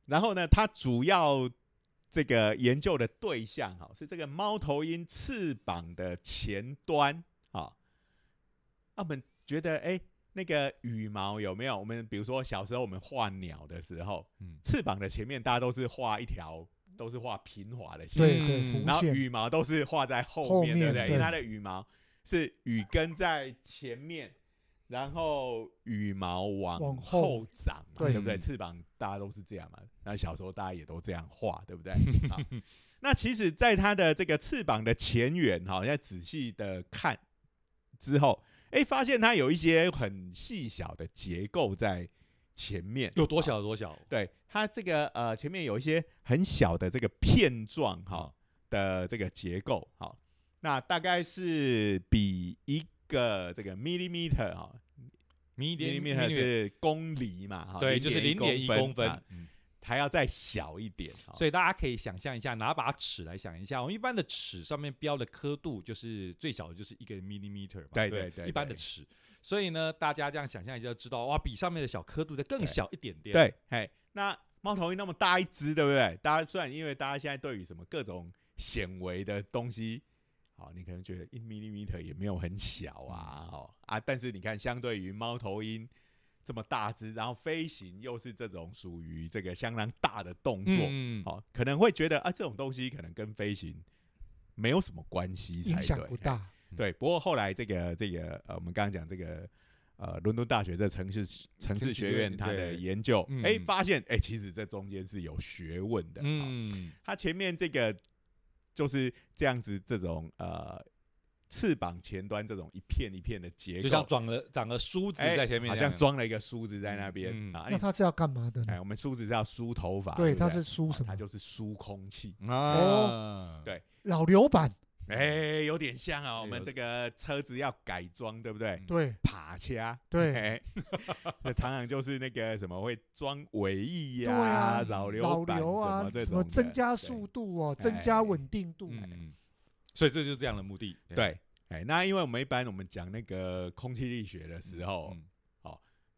Speaker 1: 然后呢，它主要这个研究的对象，哈，是这个猫头鹰翅膀的前端，好，啊，我们觉得，哎，那个羽毛有没有？我们比如说小时候我们画鸟的时候，
Speaker 2: 嗯
Speaker 1: 翅膀的前面大家都是画一条，都是画平滑的线，
Speaker 3: 对
Speaker 2: 嗯
Speaker 3: 对，
Speaker 1: 然
Speaker 3: 弧
Speaker 1: 后
Speaker 3: 线
Speaker 1: 羽毛都是画在后面，对
Speaker 3: 后面
Speaker 1: 不对？
Speaker 3: 对
Speaker 1: 因为它的羽毛是羽根在前面，然后羽毛往
Speaker 3: 往后
Speaker 1: 后长嘛，
Speaker 3: 对
Speaker 1: 不对？
Speaker 2: 嗯
Speaker 1: 翅膀大家都是这样嘛，那小时候大家也都这样画，对不对？好，那其实，在它的这个翅膀的前缘，哈，要仔细的看之后，哎，发现它有一些很细小的结构在前面，
Speaker 2: 有多小有多小？
Speaker 1: 对它这个呃前面有一些很小的这个片状哈、的这个结构哈、好那大概是比一个这个 millimeter 哈、m
Speaker 2: 迷
Speaker 1: i
Speaker 2: 点
Speaker 1: l l i
Speaker 2: 迷
Speaker 1: m e t e r
Speaker 2: 点，
Speaker 1: 是公厘嘛哈、
Speaker 2: 对，就是零点
Speaker 1: 0.1
Speaker 2: 一公
Speaker 1: 分、
Speaker 2: 分
Speaker 1: 啊。
Speaker 2: 嗯
Speaker 1: 还要再小一点，哈
Speaker 2: 所以大家可以想象一下，拿把尺来想一下，我们一般的尺上面标的刻度就是最小的就是一个 millimeter 嘛，
Speaker 1: 对
Speaker 2: 对
Speaker 1: 对对
Speaker 2: 一般的
Speaker 1: 对
Speaker 2: 尺。所以呢，大家这样想象一下就知道，哇，比上面的小刻度的更
Speaker 1: 对
Speaker 2: 小一点点。，
Speaker 1: 对，嘿，那猫头鹰那么大一只，对不对？大家虽然因为大家现在对于什么各种显微的东西，好，你可能觉得一 millimeter 也没有很小啊，
Speaker 3: 嗯
Speaker 1: 哦啊，但是你看，相对于猫头鹰这么大只，然后飞行又是这种属于这个相当大的动作，
Speaker 2: 嗯，
Speaker 1: 哦，可能会觉得啊，这种东西可能跟飞行没有什么关系才对，
Speaker 3: 影
Speaker 1: 哎啊
Speaker 3: 响不大。
Speaker 2: 嗯
Speaker 1: 对，不过后来这个这个呃，我们刚刚讲这个呃，伦敦大学这城市城市
Speaker 2: 市
Speaker 1: 学
Speaker 2: 学
Speaker 1: 院
Speaker 2: 院
Speaker 1: 它的
Speaker 2: 对
Speaker 1: 研究，
Speaker 2: 嗯
Speaker 1: 哎、发现哎、其实这中间是有学问的。嗯，
Speaker 2: 嗯，
Speaker 1: 它前面这个就是这样子，这种呃，翅膀前端这种一片一片的结构，
Speaker 2: 就像长了长了梳子
Speaker 1: 哎
Speaker 2: 在前面
Speaker 1: 好
Speaker 2: 那
Speaker 1: 像
Speaker 2: 样，
Speaker 1: 装了一个梳子在那边、
Speaker 2: 嗯嗯
Speaker 1: 啊。
Speaker 3: 那
Speaker 1: 哎
Speaker 3: 他是要干嘛的
Speaker 1: 哎，
Speaker 3: 呢？
Speaker 1: 我们梳子是要梳头发，
Speaker 3: 对，
Speaker 1: 啊不
Speaker 3: 他是梳
Speaker 1: 哦
Speaker 3: 什
Speaker 1: 它
Speaker 3: 么？
Speaker 1: 就是梳空气。
Speaker 2: 啊，
Speaker 1: 哦对
Speaker 3: 老刘版
Speaker 1: 哎，有点像啊，我
Speaker 2: 哎
Speaker 1: 们
Speaker 2: 有
Speaker 1: 这个车子要改装，对不对
Speaker 2: 嗯？
Speaker 3: 对
Speaker 1: 爬掐，
Speaker 3: 对
Speaker 1: 哎，那常常就是那个什么会装尾翼
Speaker 3: 对
Speaker 1: 呀、
Speaker 3: 啊，
Speaker 1: 扰
Speaker 3: 扰
Speaker 1: 流板
Speaker 3: 流啊
Speaker 1: 么，这
Speaker 3: 什
Speaker 1: 种
Speaker 3: 么
Speaker 1: 的
Speaker 3: 增加速度哦，增
Speaker 1: 哎
Speaker 3: 加稳定度，啊
Speaker 2: 嗯，所以这就是这样的目的。
Speaker 1: 对，对哎，那因为我们一般我们讲那个空气力学的时候，
Speaker 2: 嗯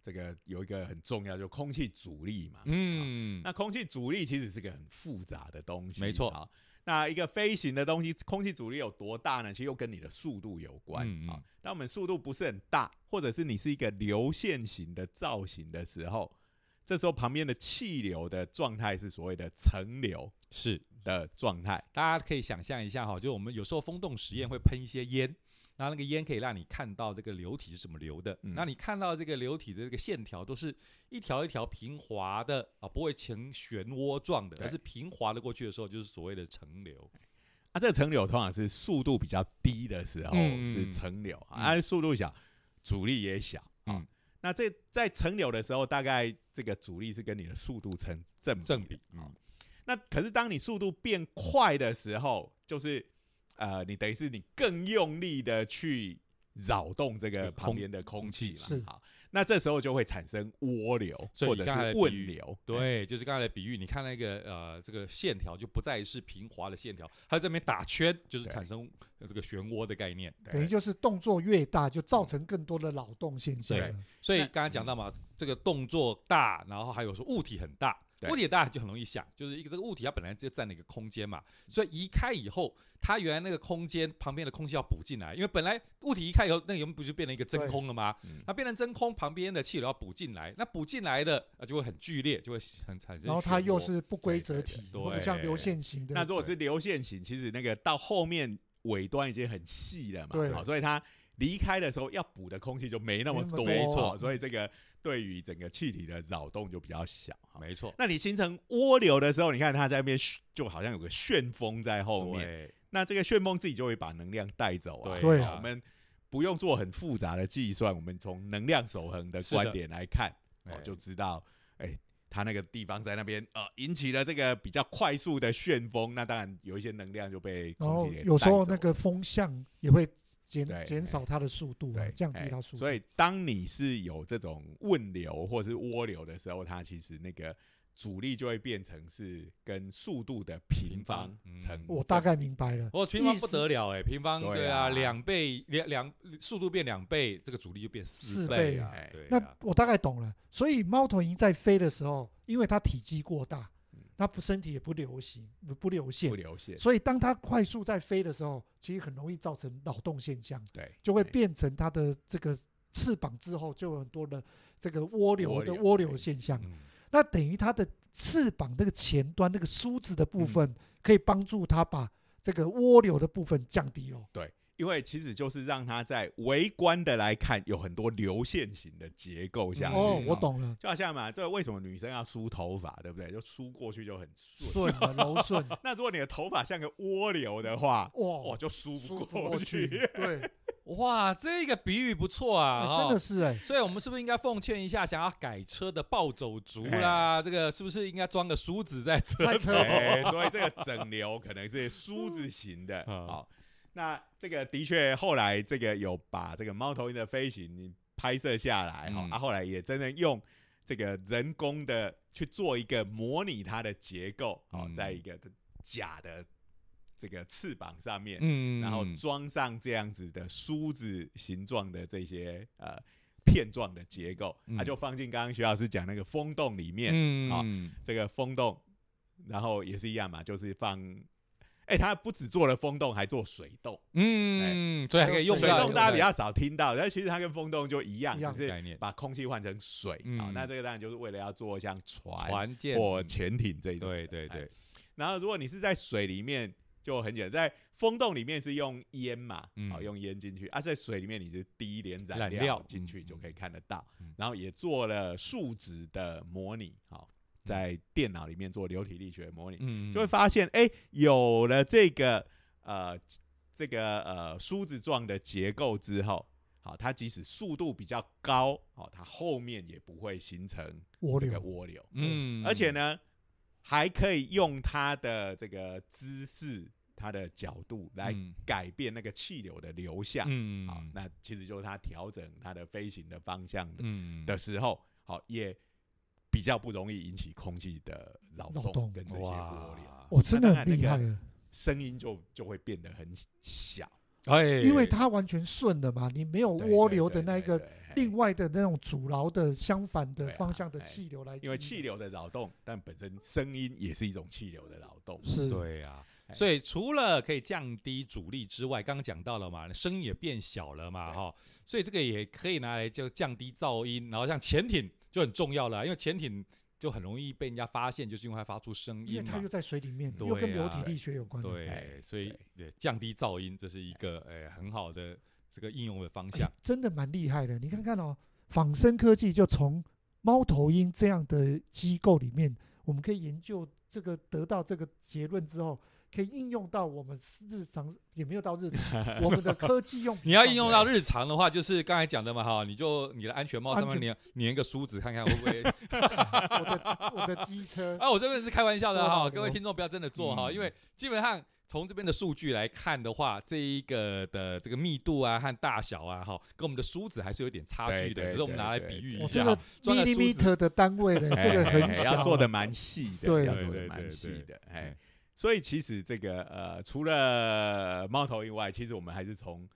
Speaker 1: 这个有一个很重要，就空气阻力嘛。
Speaker 2: 嗯，
Speaker 1: 那空气阻力其实是个很复杂的东西，
Speaker 2: 没错
Speaker 1: 啊。那一个飞行的东西，空气阻力有多大呢？其实又跟你的速度有关
Speaker 2: 嗯嗯
Speaker 1: 啊。当我们速度不是很大，或者是你是一个流线型的造型的时候，这时候旁边的气流的状态是所谓的层流
Speaker 2: 是
Speaker 1: 的状态。
Speaker 2: 大家可以想象一下哈，就我们有时候风洞实验会喷一些烟，那那个烟可以让你看到这个流体是怎么流的。
Speaker 1: 嗯
Speaker 2: 那你看到这个流体的这个线条都是一条一条平滑的啊，不会呈漩涡状的，
Speaker 1: 对
Speaker 2: 而是平滑的过去的时候，就是所谓的层流。
Speaker 1: 啊，这个层流通常是速度比较低的时候
Speaker 2: 嗯
Speaker 1: 是层流，
Speaker 2: 嗯
Speaker 1: 啊，速度小，阻力也小啊。
Speaker 2: 嗯
Speaker 1: 那这在层流的时候，大概这个阻力是跟你的速度成正比
Speaker 2: 正
Speaker 1: 的
Speaker 2: 比嗯
Speaker 1: 啊。那可是当你速度变快的时候，就是呃，你等于是你更用力的去扰动这
Speaker 2: 这
Speaker 1: 个
Speaker 2: 个
Speaker 1: 旁
Speaker 2: 空
Speaker 1: 边的空气
Speaker 3: 是
Speaker 1: 了。好，那这时候就会产生涡流
Speaker 2: 所以
Speaker 1: 或
Speaker 2: 你
Speaker 1: 者
Speaker 2: 刚才的
Speaker 1: 是
Speaker 2: 比
Speaker 1: 问
Speaker 2: 喻
Speaker 1: 流。哎
Speaker 2: 对，就是刚才的比喻，你看那个呃，这个线条就不再是平滑的线条，它在那边打圈，就是
Speaker 1: 对
Speaker 2: 产生呃这个漩涡的概念。
Speaker 3: 等于就是动作越大，就造成更多的扰动现象
Speaker 2: 对
Speaker 3: 了。
Speaker 2: 所以
Speaker 1: 那
Speaker 2: 刚刚讲到嘛，这个动作大，然后还有说物体很大，
Speaker 1: 对
Speaker 2: 物体很大就很容易想，就是一个这个物体它本来就占了一个空间嘛，所以移开以后，它原来那个空间旁边的空气要补进来，因为本来物体移开以后，那原本不就变成一个真空了吗
Speaker 1: 对嗯？
Speaker 2: 那变成真空，旁边的气流要补进来，那补进来的啊就会很剧烈，就会很产生漩涡。
Speaker 3: 然后它又是不规则
Speaker 1: 对
Speaker 3: 体，
Speaker 2: 对
Speaker 3: 或者像
Speaker 2: 对
Speaker 3: 流线型的。
Speaker 1: 那如果是流线型，其实那个到后面尾端已经很细了嘛，
Speaker 3: 对
Speaker 1: 好，所以它离开的时候要补的空气就没那么多，
Speaker 3: 没那么多
Speaker 1: 好所以这个对于整个气体的扰动就比较小。好
Speaker 2: 没错，
Speaker 1: 那你形成涡流的时候，你看它在那边旋就好像有个旋风在后面，
Speaker 2: 对
Speaker 1: 那这个旋风自己就会把能量带走啊。
Speaker 3: 对
Speaker 1: 好我们不用做很复杂的计算，我们从能量守恒的
Speaker 2: 是的
Speaker 1: 观点来看，
Speaker 2: 哎
Speaker 1: 哦，就知道，哎、它那个地方在那边，呃，引起了这个比较快速的旋风，那当然有一些能量就被
Speaker 3: 然
Speaker 1: 空
Speaker 3: 后
Speaker 1: 气给
Speaker 3: 哦有时候
Speaker 1: 带走
Speaker 3: 那个风向也会减
Speaker 1: 对哎
Speaker 3: 减少它的速度啊
Speaker 1: 对，
Speaker 3: 降低
Speaker 1: 哎
Speaker 3: 它速度。
Speaker 1: 所以当你是有这种问流或是涡流的时候，它其实那个阻力就会变成是跟速度的平
Speaker 2: 平方
Speaker 1: 方
Speaker 2: 嗯
Speaker 1: 成，
Speaker 3: 我大概明白了。
Speaker 1: 哦
Speaker 2: 我平方
Speaker 3: 意思
Speaker 2: 不得了哎、平方
Speaker 1: 对
Speaker 2: 对啊，
Speaker 1: 啊
Speaker 2: 两倍两两速度变两倍，这个阻力就变四
Speaker 3: 四
Speaker 2: 倍
Speaker 3: 倍
Speaker 2: 啊
Speaker 1: 哎，
Speaker 2: 对
Speaker 3: 那
Speaker 2: 啊，
Speaker 3: 我大概懂了。所以猫头鹰在飞的时候，因为它体积过大
Speaker 1: 嗯，
Speaker 3: 它不身体也不流行，不不流线
Speaker 1: 不，流线，
Speaker 3: 所以当它快速在飞的时候，其实很容易造成扰动现象，
Speaker 1: 对，
Speaker 3: 就会
Speaker 1: 哎
Speaker 3: 变成它的这个翅膀之后就有很多的这个涡流
Speaker 1: 涡
Speaker 3: 的
Speaker 1: 流
Speaker 3: 涡流现象。
Speaker 2: 嗯
Speaker 3: 那等于它的翅膀那个前端那个梳子的部
Speaker 1: 嗯
Speaker 3: 分，可以帮助它把这个涡流的部分降低哦。
Speaker 1: 因为其实就是让它在微观的来看，有很多流线型的结构下去。
Speaker 3: 哦
Speaker 1: 哦，
Speaker 3: 我懂了，
Speaker 1: 就好像嘛，这为什么女生要梳头发，对不对？就梳过去就很顺。
Speaker 3: 顺了柔 顺，
Speaker 1: 那如果你的头发像个涡流的话，
Speaker 3: 哇
Speaker 1: 我，就梳
Speaker 3: 哦梳
Speaker 1: 不
Speaker 3: 不
Speaker 1: 过
Speaker 3: 过
Speaker 1: 去。
Speaker 3: 去， 对，
Speaker 2: 哇，这个比喻不错啊，
Speaker 3: 哎
Speaker 2: 哈、
Speaker 3: 真的是哎，
Speaker 2: 所以，我们是不是应该奉劝一下想要改车的暴走族啦？这个是不是应该装个梳子在车？
Speaker 3: 赛车
Speaker 1: 哎所以这个整流可能是梳子型 的。
Speaker 2: 嗯
Speaker 1: 好，那这个的确后来这个有把这个猫头鹰的飞行拍摄下来，哈、
Speaker 2: 嗯
Speaker 1: 啊，后来也真的用这个人工的去做一个模拟它的结构，哦，
Speaker 2: 嗯
Speaker 1: 在一个假的这个翅膀上面，
Speaker 2: 嗯
Speaker 1: 然后装上这样子的梳子形状的这些呃片状的结构，它、
Speaker 2: 嗯
Speaker 1: 就放进刚刚徐老师讲那个风洞里面，
Speaker 2: 嗯
Speaker 1: 好这个风洞，然后也是一样嘛，就是放，哎、它不只做了风洞，还做水洞，
Speaker 2: 嗯，所以还可以用
Speaker 1: 水
Speaker 2: 到
Speaker 1: 洞大家啊比较少听到，但其实它跟风洞就一样，
Speaker 3: 一样
Speaker 1: 只
Speaker 2: 概
Speaker 1: 是
Speaker 2: 念
Speaker 1: 把空气换成水啊、好
Speaker 2: 嗯
Speaker 1: 那这个当然就是为了要做像船
Speaker 2: 团建
Speaker 1: 或潜艇这一种。
Speaker 2: 对对对，
Speaker 1: 然后如果你是在水里面，就很简单，在风洞里面是用烟嘛，好、
Speaker 2: 嗯
Speaker 1: 用烟进去啊，在水里面你是滴一点
Speaker 2: 染
Speaker 1: 染
Speaker 2: 料
Speaker 1: 进
Speaker 2: 嗯
Speaker 1: 去就
Speaker 2: 嗯
Speaker 1: 可以看得到，
Speaker 2: 嗯
Speaker 1: 然后也做了数值的模拟，好、在电脑里面做流体力学模拟，
Speaker 2: 嗯
Speaker 1: 就会发现，哎、有了这个呃这个呃梳子状的结构之后，好，它即使速度比较高，好、它后面也不会形成
Speaker 3: 涡
Speaker 1: 这个
Speaker 3: 流，
Speaker 1: 涡流，
Speaker 2: 嗯
Speaker 1: 而且，呢，还可以用它的这个姿势它的角度来
Speaker 2: 嗯
Speaker 1: 改变那个气流的流向。
Speaker 2: 嗯
Speaker 1: 好，那其实就是它调整它的飞行的方向的,、
Speaker 2: 嗯
Speaker 1: 时候，好也比较不容易引起空气的扰
Speaker 3: 扰
Speaker 1: 动
Speaker 3: 动
Speaker 1: 跟这些波流，
Speaker 2: 哇，哦
Speaker 3: 我真的很
Speaker 1: 那当然
Speaker 3: 厉
Speaker 1: 那
Speaker 3: 害啊
Speaker 1: 个
Speaker 3: 了，
Speaker 1: 声音就就会变得很小，
Speaker 2: 哎，
Speaker 3: 因为它完全顺了嘛，你没有
Speaker 1: 对
Speaker 3: 涡
Speaker 1: 对
Speaker 3: 流
Speaker 1: 对
Speaker 3: 的那一
Speaker 1: 对
Speaker 3: 个
Speaker 1: 对嘿
Speaker 3: 另外的那种阻挠的相反的
Speaker 1: 哎对啊
Speaker 3: 方向的
Speaker 1: 哎
Speaker 3: 气流来，
Speaker 1: 因为气流的扰动，但本身声音也是一种气流的扰动。
Speaker 3: 是
Speaker 2: 对呀、
Speaker 1: 哎
Speaker 2: 所以除了可以降低阻力之外，刚刚讲到了嘛，声音也变小了嘛，
Speaker 1: 对
Speaker 2: 哈、所以这个也可以拿来就降低噪音，然后像潜艇就很重要了，因为潜艇就很容易被人家发现，就是因为它发出声
Speaker 3: 因为
Speaker 2: 音
Speaker 3: 它
Speaker 2: 嘛
Speaker 3: 又。在水里面，
Speaker 2: 对
Speaker 3: 又跟流
Speaker 2: 啊
Speaker 3: 体力学有关。
Speaker 2: 对
Speaker 1: 哎，
Speaker 2: 所以
Speaker 1: 对
Speaker 2: 对降低噪音，这是一个诶、很好的这个应用的方 向。
Speaker 3: 真的蛮厉害的。你看看哦，仿生科技就从猫头鹰这样的机构里面，我们可以研究这个，得到这个结论之后，可以应用到我们日常，也没有到日常， 我们的科技用品
Speaker 2: 你要
Speaker 3: 上
Speaker 2: 应用
Speaker 3: 面
Speaker 2: 到日常的话，就是刚才讲的嘛，哈，你就你的安全帽上面
Speaker 3: 安
Speaker 2: 粘粘一个梳子，看看会不会
Speaker 3: 我的我的 机车，
Speaker 2: 啊，我这边是开玩笑的
Speaker 3: 做
Speaker 2: 哈，
Speaker 3: 到
Speaker 2: 各位
Speaker 3: 流
Speaker 2: 听众不要真的做哈，
Speaker 1: 嗯
Speaker 2: 因为基本上从这边的数据来看的话，这一个的这个密度啊和大小啊哈，跟我们的梳子还是有点差
Speaker 1: 对
Speaker 2: 距的，
Speaker 1: 对
Speaker 2: 只是我们
Speaker 1: 对
Speaker 2: 拿来
Speaker 1: 对
Speaker 2: 比喻
Speaker 1: 对
Speaker 2: 一
Speaker 3: 我嗯
Speaker 2: 下
Speaker 3: 这
Speaker 1: 想
Speaker 2: 哈
Speaker 3: 个。
Speaker 2: 装在梳子
Speaker 3: millimeter 的单位 呢，这个
Speaker 1: 哎
Speaker 3: 很
Speaker 1: 哎
Speaker 3: 小啊，
Speaker 1: 要做的蛮细的，
Speaker 3: 对
Speaker 1: 要做
Speaker 2: 对对
Speaker 1: 的蛮
Speaker 2: 对
Speaker 1: 细的，哎
Speaker 2: 对，
Speaker 1: 所以其实这个呃，除了猫头以外，其实我们还是从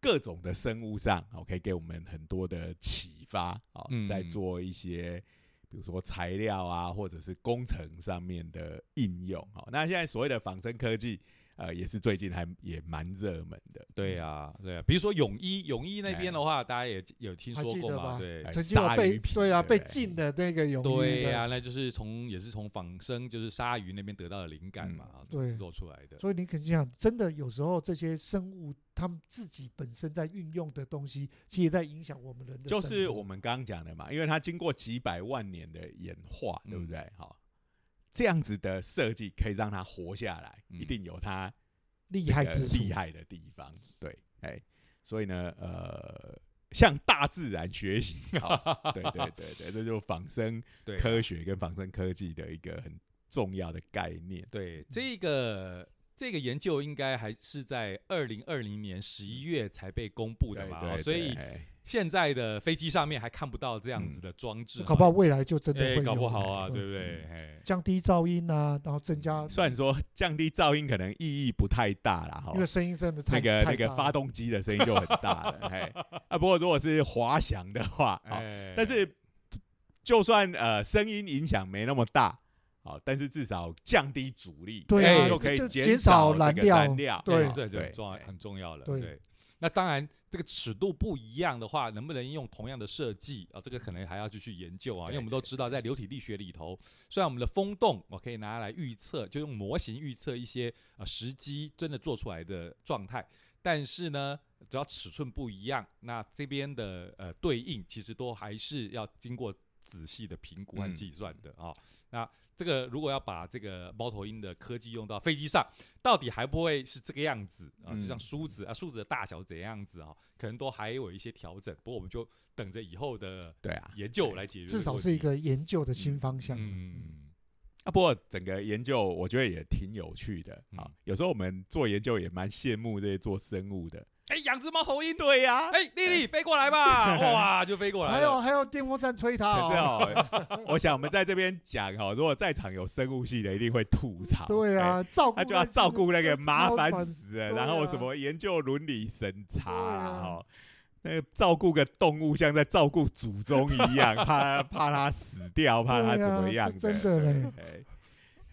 Speaker 1: 各种的生物上，哦，可以给我们很多的启发，哦
Speaker 2: 嗯，
Speaker 1: 在做一些。比如说材料啊，或者是工程上面的应用，哦，那现在所谓的仿生科技，呃，也是最近还也蛮热门的。
Speaker 2: 对啊呀、对呀、比如说泳衣，泳衣那边的话，大家也有听
Speaker 3: 还
Speaker 2: 说
Speaker 3: 记
Speaker 2: 过
Speaker 3: 得
Speaker 2: 嘛？
Speaker 3: 吧
Speaker 2: 对
Speaker 1: 哎
Speaker 3: 曾经有
Speaker 1: 鲨
Speaker 3: 被
Speaker 1: 鱼皮
Speaker 3: 对啊
Speaker 1: 对
Speaker 3: 被禁的那个泳衣
Speaker 2: 对
Speaker 3: 的
Speaker 2: 呀、那就是从也是从仿生，就是鲨鱼那边得到的灵感嘛，
Speaker 1: 嗯
Speaker 2: 啊
Speaker 3: 对
Speaker 2: 做出来的。
Speaker 3: 所以你肯定想，真的有时候这些生物它们自己本身在运用的东西，其实也在影响我们人的
Speaker 1: 就
Speaker 3: 生活。
Speaker 1: 是我们刚刚讲的嘛，因为它经过几百万年的演化，对不
Speaker 2: 嗯
Speaker 1: 对？好、这样子的设计可以让它活下来，
Speaker 2: 嗯
Speaker 1: 一定有它
Speaker 3: 厉
Speaker 1: 这
Speaker 3: 害
Speaker 1: 个
Speaker 3: 之处，
Speaker 1: 厉害的地方。对，哎，所以呢，呃，向大自然学 习，好 对对对对，这就是仿生
Speaker 2: 对、啊
Speaker 1: 科学跟仿生科技的一个很重要的概念。
Speaker 2: 对，这个这个研究应该还是在二零二零年十一月才被公布的
Speaker 1: 对
Speaker 2: 嘛，
Speaker 1: 对
Speaker 2: 哦所
Speaker 1: 对
Speaker 2: 以
Speaker 1: 哎
Speaker 2: 现在的飞机上面还看不到这样子的装置
Speaker 3: 那
Speaker 2: 哈，
Speaker 3: 搞不好未来就真的会
Speaker 2: 哎，
Speaker 3: 有。嗯
Speaker 2: 搞不好啊，
Speaker 3: 对
Speaker 2: 对不对？哎，
Speaker 3: 降低噪音啊，然后增加，
Speaker 1: 虽然说降低噪音可能意义不太大啦，哈
Speaker 3: 因为，声音真的太
Speaker 1: 那个
Speaker 3: 太
Speaker 1: 那个
Speaker 3: 大
Speaker 1: 发
Speaker 3: 了
Speaker 1: 动机的声音就很大了，哎，啊，不过如果是滑翔的话，好，
Speaker 2: 哎
Speaker 1: 但是就算呃声音影响没那么大，好，但是至少降低阻力，
Speaker 3: 对
Speaker 2: 啊
Speaker 1: 哎就可以
Speaker 3: 就
Speaker 1: 减
Speaker 3: 减少
Speaker 1: 这
Speaker 3: 燃
Speaker 1: 个
Speaker 3: 料
Speaker 1: 燃料，
Speaker 3: 对
Speaker 1: 好
Speaker 2: 这就
Speaker 1: 对哎
Speaker 2: 很重要，啊很重要了。
Speaker 3: 对
Speaker 2: 对，那当然，这个尺度不一样的话，能不能用同样的设计啊？这个可能还要继续研究啊，因为
Speaker 1: 对
Speaker 2: 我们都知道，在流体力学里头，虽然我们的风洞我可以拿来预测，就用模型预测一些呃时机真的做出来的状态，但是呢。只要尺寸不一样，那这边的呃对应其实都还是要经过仔细的评估和
Speaker 1: 嗯
Speaker 2: 计算的啊、那这个如果要把这个猫头鹰的科技用到飞机上，到底还不会是这个样子啊？就像
Speaker 1: 嗯
Speaker 2: 梳子啊，梳子的大小怎样子啊？可能都还有一些调整。不过我们就等着以后的
Speaker 1: 对啊。
Speaker 2: 研究来解决这
Speaker 3: 至
Speaker 2: 问题。
Speaker 3: 少是一个研究的新方向。
Speaker 2: 嗯，
Speaker 1: 啊，不过整个研究我觉得也挺有趣的啊、
Speaker 2: 嗯
Speaker 1: 有时候我们做研究也蛮羡慕这些做生物的。
Speaker 2: 哎，养只猫头鹰，
Speaker 1: 对呀、
Speaker 2: 哎，丽丽飞过来吧，哇，就飞过来
Speaker 3: 还有
Speaker 2: 了。
Speaker 3: 还有电风扇吹它
Speaker 1: 可是
Speaker 3: 哦，
Speaker 1: 哦，我想我们在这边讲哦，如果在场有生物系的，一定会吐槽。
Speaker 3: 对
Speaker 1: 哎
Speaker 3: 啊，照顾
Speaker 1: 他就要
Speaker 3: 那只
Speaker 1: 照顾那个麻
Speaker 3: 猫
Speaker 1: 烦
Speaker 3: 板
Speaker 1: 死了，
Speaker 3: 对
Speaker 1: 然后
Speaker 3: 啊
Speaker 1: 什么研究伦理审查
Speaker 3: 对
Speaker 1: 啦，
Speaker 3: 啊
Speaker 1: 哈、那个照顾个动物像在照顾祖宗一样，怕 怕它死掉，怕它
Speaker 3: 对
Speaker 1: 怎
Speaker 3: 啊
Speaker 1: 么
Speaker 3: 这
Speaker 1: 样
Speaker 3: 真的嘞
Speaker 1: 对哎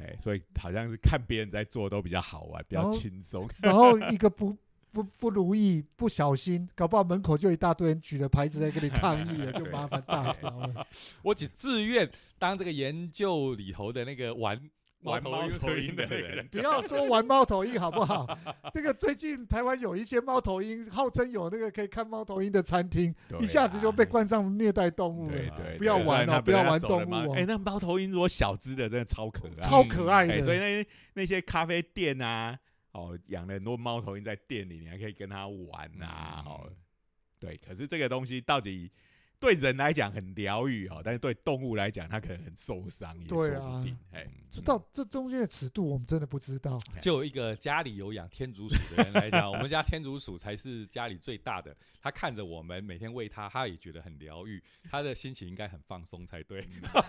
Speaker 1: 哎，所以好像是看别人在做都比较好玩，比
Speaker 3: 然
Speaker 1: 较
Speaker 3: 后
Speaker 1: 轻松。
Speaker 3: 然后一个不不不如意，不小心，搞不好门口就一大堆人举着牌子在跟你抗议了，就
Speaker 1: 对
Speaker 3: 麻烦大条了。
Speaker 2: 我只自愿当这个研究里头的那个玩
Speaker 1: 玩 猫头鹰
Speaker 2: 的
Speaker 1: 的
Speaker 2: 那个
Speaker 1: 人
Speaker 2: 人。
Speaker 3: 不要说玩猫头鹰好不好？这个最近台湾有一些猫头鹰，号称有那个可以看猫头鹰的餐厅，
Speaker 1: 对
Speaker 3: 一下子就
Speaker 1: 啊
Speaker 3: 被冠上虐待动物
Speaker 1: 对
Speaker 3: 了，
Speaker 1: 对对，
Speaker 3: 不要
Speaker 1: 虽
Speaker 3: 玩
Speaker 1: 然
Speaker 3: 哦
Speaker 1: 它
Speaker 3: 不要
Speaker 1: 它
Speaker 3: 玩
Speaker 1: 走了
Speaker 3: 动
Speaker 1: 嘛
Speaker 3: 物哦
Speaker 1: 哎，那猫头鹰如果小只的，真的超可爱。
Speaker 3: 超可爱
Speaker 1: 哎，所以
Speaker 3: 的。
Speaker 1: 那些那些咖啡店啊，哦，养了很多猫头鹰在店里，你还可以跟它玩啊，
Speaker 2: 嗯
Speaker 1: 哦，对。可是这个东西到底对人来讲很疗愈哈，但是对动物来讲，它可能很受伤，也说
Speaker 3: 对
Speaker 1: 不
Speaker 3: 啊
Speaker 1: 定。哎，
Speaker 3: 这
Speaker 2: 嗯
Speaker 3: 到这中间的尺度我们真的不知道。
Speaker 2: 就一个家里有养天竺鼠的人来讲，我们家天竺鼠才是家里最大的。他看着我们每天喂它，他也觉得很疗愈，他的心情应该很放松才对。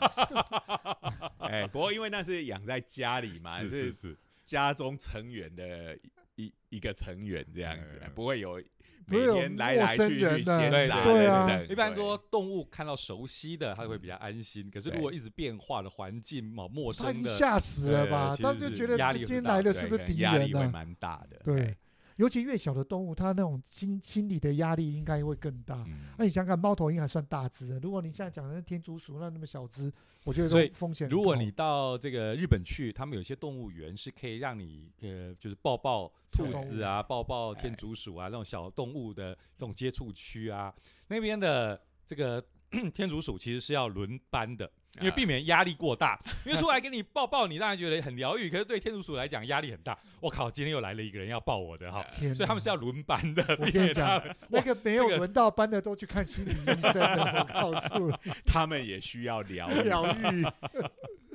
Speaker 1: 哎，不过因为那是养在家里嘛，是
Speaker 2: 是，
Speaker 1: 家中成员的一一一个成员这样子
Speaker 3: 啊
Speaker 2: 哎，
Speaker 1: 不会有
Speaker 3: 不
Speaker 1: 每
Speaker 3: 会有
Speaker 1: 天来来
Speaker 3: 陌
Speaker 1: 去
Speaker 3: 生
Speaker 1: 去
Speaker 3: 人
Speaker 1: 闲
Speaker 3: 的
Speaker 1: 杂
Speaker 2: 对
Speaker 3: 对
Speaker 1: 等
Speaker 3: 啊
Speaker 1: 等。
Speaker 2: 一般
Speaker 1: 对
Speaker 2: 说动物看到熟悉的，它会比较安心。可是如果一直变化的环境嘛，陌
Speaker 3: 他已
Speaker 2: 生
Speaker 3: 经
Speaker 2: 的，
Speaker 3: 吓死了吧？
Speaker 2: 对
Speaker 3: 他
Speaker 2: 其
Speaker 3: 就
Speaker 2: 实
Speaker 3: 觉
Speaker 2: 是
Speaker 3: 得
Speaker 2: 压力
Speaker 3: 今
Speaker 2: 很
Speaker 3: 天
Speaker 2: 大
Speaker 3: 来
Speaker 1: 对
Speaker 3: 的是不是
Speaker 1: 可能
Speaker 3: 敌
Speaker 1: 呃压
Speaker 3: 人啊
Speaker 1: 力会
Speaker 3: 呢、
Speaker 1: 蛮大的。
Speaker 3: 对
Speaker 1: 哎，，
Speaker 3: 尤其越小的动物，它那种心心理的压力应该会更大。
Speaker 2: 嗯
Speaker 3: 那你想想看，猫头鹰还算大只的，如果你现在讲的那天竺鼠那那么小只，我觉得
Speaker 2: 所以
Speaker 3: 都风 险很高。
Speaker 2: 如果你到这个日本去，他们有些动物园是可以让你呃，就是抱抱
Speaker 3: 小
Speaker 2: 兔
Speaker 3: 动
Speaker 2: 子
Speaker 3: 物
Speaker 2: 啊，抱抱天
Speaker 1: 哎
Speaker 2: 竺鼠啊，那种小动物的这种接触区啊，那边的这个 天竺鼠其实是要轮班的。因为
Speaker 3: 啊
Speaker 2: 避免压力过大，因为出来给你抱抱，你当然觉得很疗愈，可是对天竺鼠来讲压力很大。我靠，今天又来了一个人要抱我的哈，
Speaker 3: 天
Speaker 2: 所以他们
Speaker 3: 哪
Speaker 2: 是要轮班 的。
Speaker 3: 我
Speaker 2: 避
Speaker 3: 跟你
Speaker 2: 免他
Speaker 3: 讲
Speaker 2: 们，
Speaker 3: 那个没有
Speaker 2: 这个
Speaker 3: 轮到班的都去看心理医生了，我告 诉你，
Speaker 1: 他们也需要疗 愈，啊
Speaker 3: 疗愈。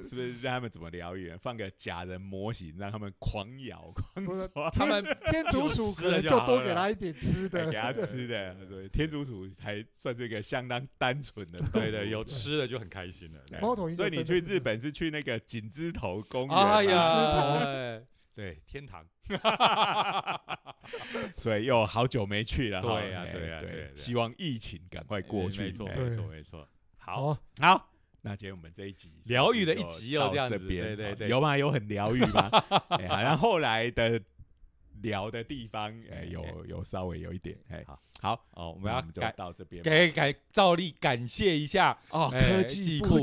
Speaker 1: 是不是？让他们怎么疗愈？放个假人模型，让他们狂咬狂
Speaker 3: 不 是
Speaker 1: 抓，哎
Speaker 2: 他们
Speaker 3: 天竺鼠可能
Speaker 2: 有吃的
Speaker 3: 就
Speaker 2: 就好
Speaker 3: 多给
Speaker 2: 了
Speaker 3: 他一点吃
Speaker 1: 还
Speaker 2: 哎
Speaker 3: 的
Speaker 1: 给，他吃的。所以天竺鼠还算是一个相当单纯的动物，
Speaker 2: 对的， 有吃的就很开心了。
Speaker 1: 哎
Speaker 3: 猫头鹰就
Speaker 1: 所以
Speaker 3: 真的
Speaker 1: 你去日本是去那个锦之头公园嘛，
Speaker 2: 哎
Speaker 3: 呀
Speaker 2: 呀，哎对，天堂。
Speaker 1: 所以又好久没去了哈。
Speaker 2: 对呀
Speaker 1: 哎
Speaker 2: 对呀对呀
Speaker 1: 希望疫情赶快过去。
Speaker 2: 没错，
Speaker 1: 哎
Speaker 3: 对
Speaker 2: 没错，没错。好，
Speaker 3: 好，
Speaker 1: 好，那今天我们这一集
Speaker 2: 疗愈的一集
Speaker 1: 就
Speaker 2: 哦
Speaker 1: 到
Speaker 2: 这样子
Speaker 1: 边
Speaker 2: 对对
Speaker 1: 哦
Speaker 2: 对
Speaker 1: 有吗？有很疗愈 吗？哎好像后来的聊的地方，哎，有有稍微有一点，哎，
Speaker 2: 好，
Speaker 1: 好，
Speaker 2: 哦，我
Speaker 1: 我
Speaker 2: 们要
Speaker 1: 们就
Speaker 2: 改
Speaker 1: 到这边吧
Speaker 2: 改改，照例感谢一下
Speaker 1: 哦
Speaker 2: 哎
Speaker 1: 部
Speaker 2: 技
Speaker 1: 的
Speaker 2: 库呃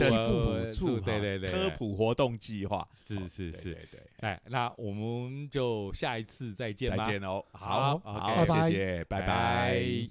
Speaker 1: 补助，
Speaker 2: 助对
Speaker 1: 哈
Speaker 2: 对对
Speaker 1: 科
Speaker 2: 对
Speaker 1: 普活动计划，
Speaker 2: 是是
Speaker 1: 对
Speaker 2: 是，
Speaker 1: 对对，
Speaker 2: 哎，那我们就下一次再见
Speaker 1: 再
Speaker 2: 吧，
Speaker 1: 见喽，哦
Speaker 2: 好
Speaker 1: 好，
Speaker 2: ，OK
Speaker 1: 好，
Speaker 3: 拜拜
Speaker 1: 谢谢，拜拜。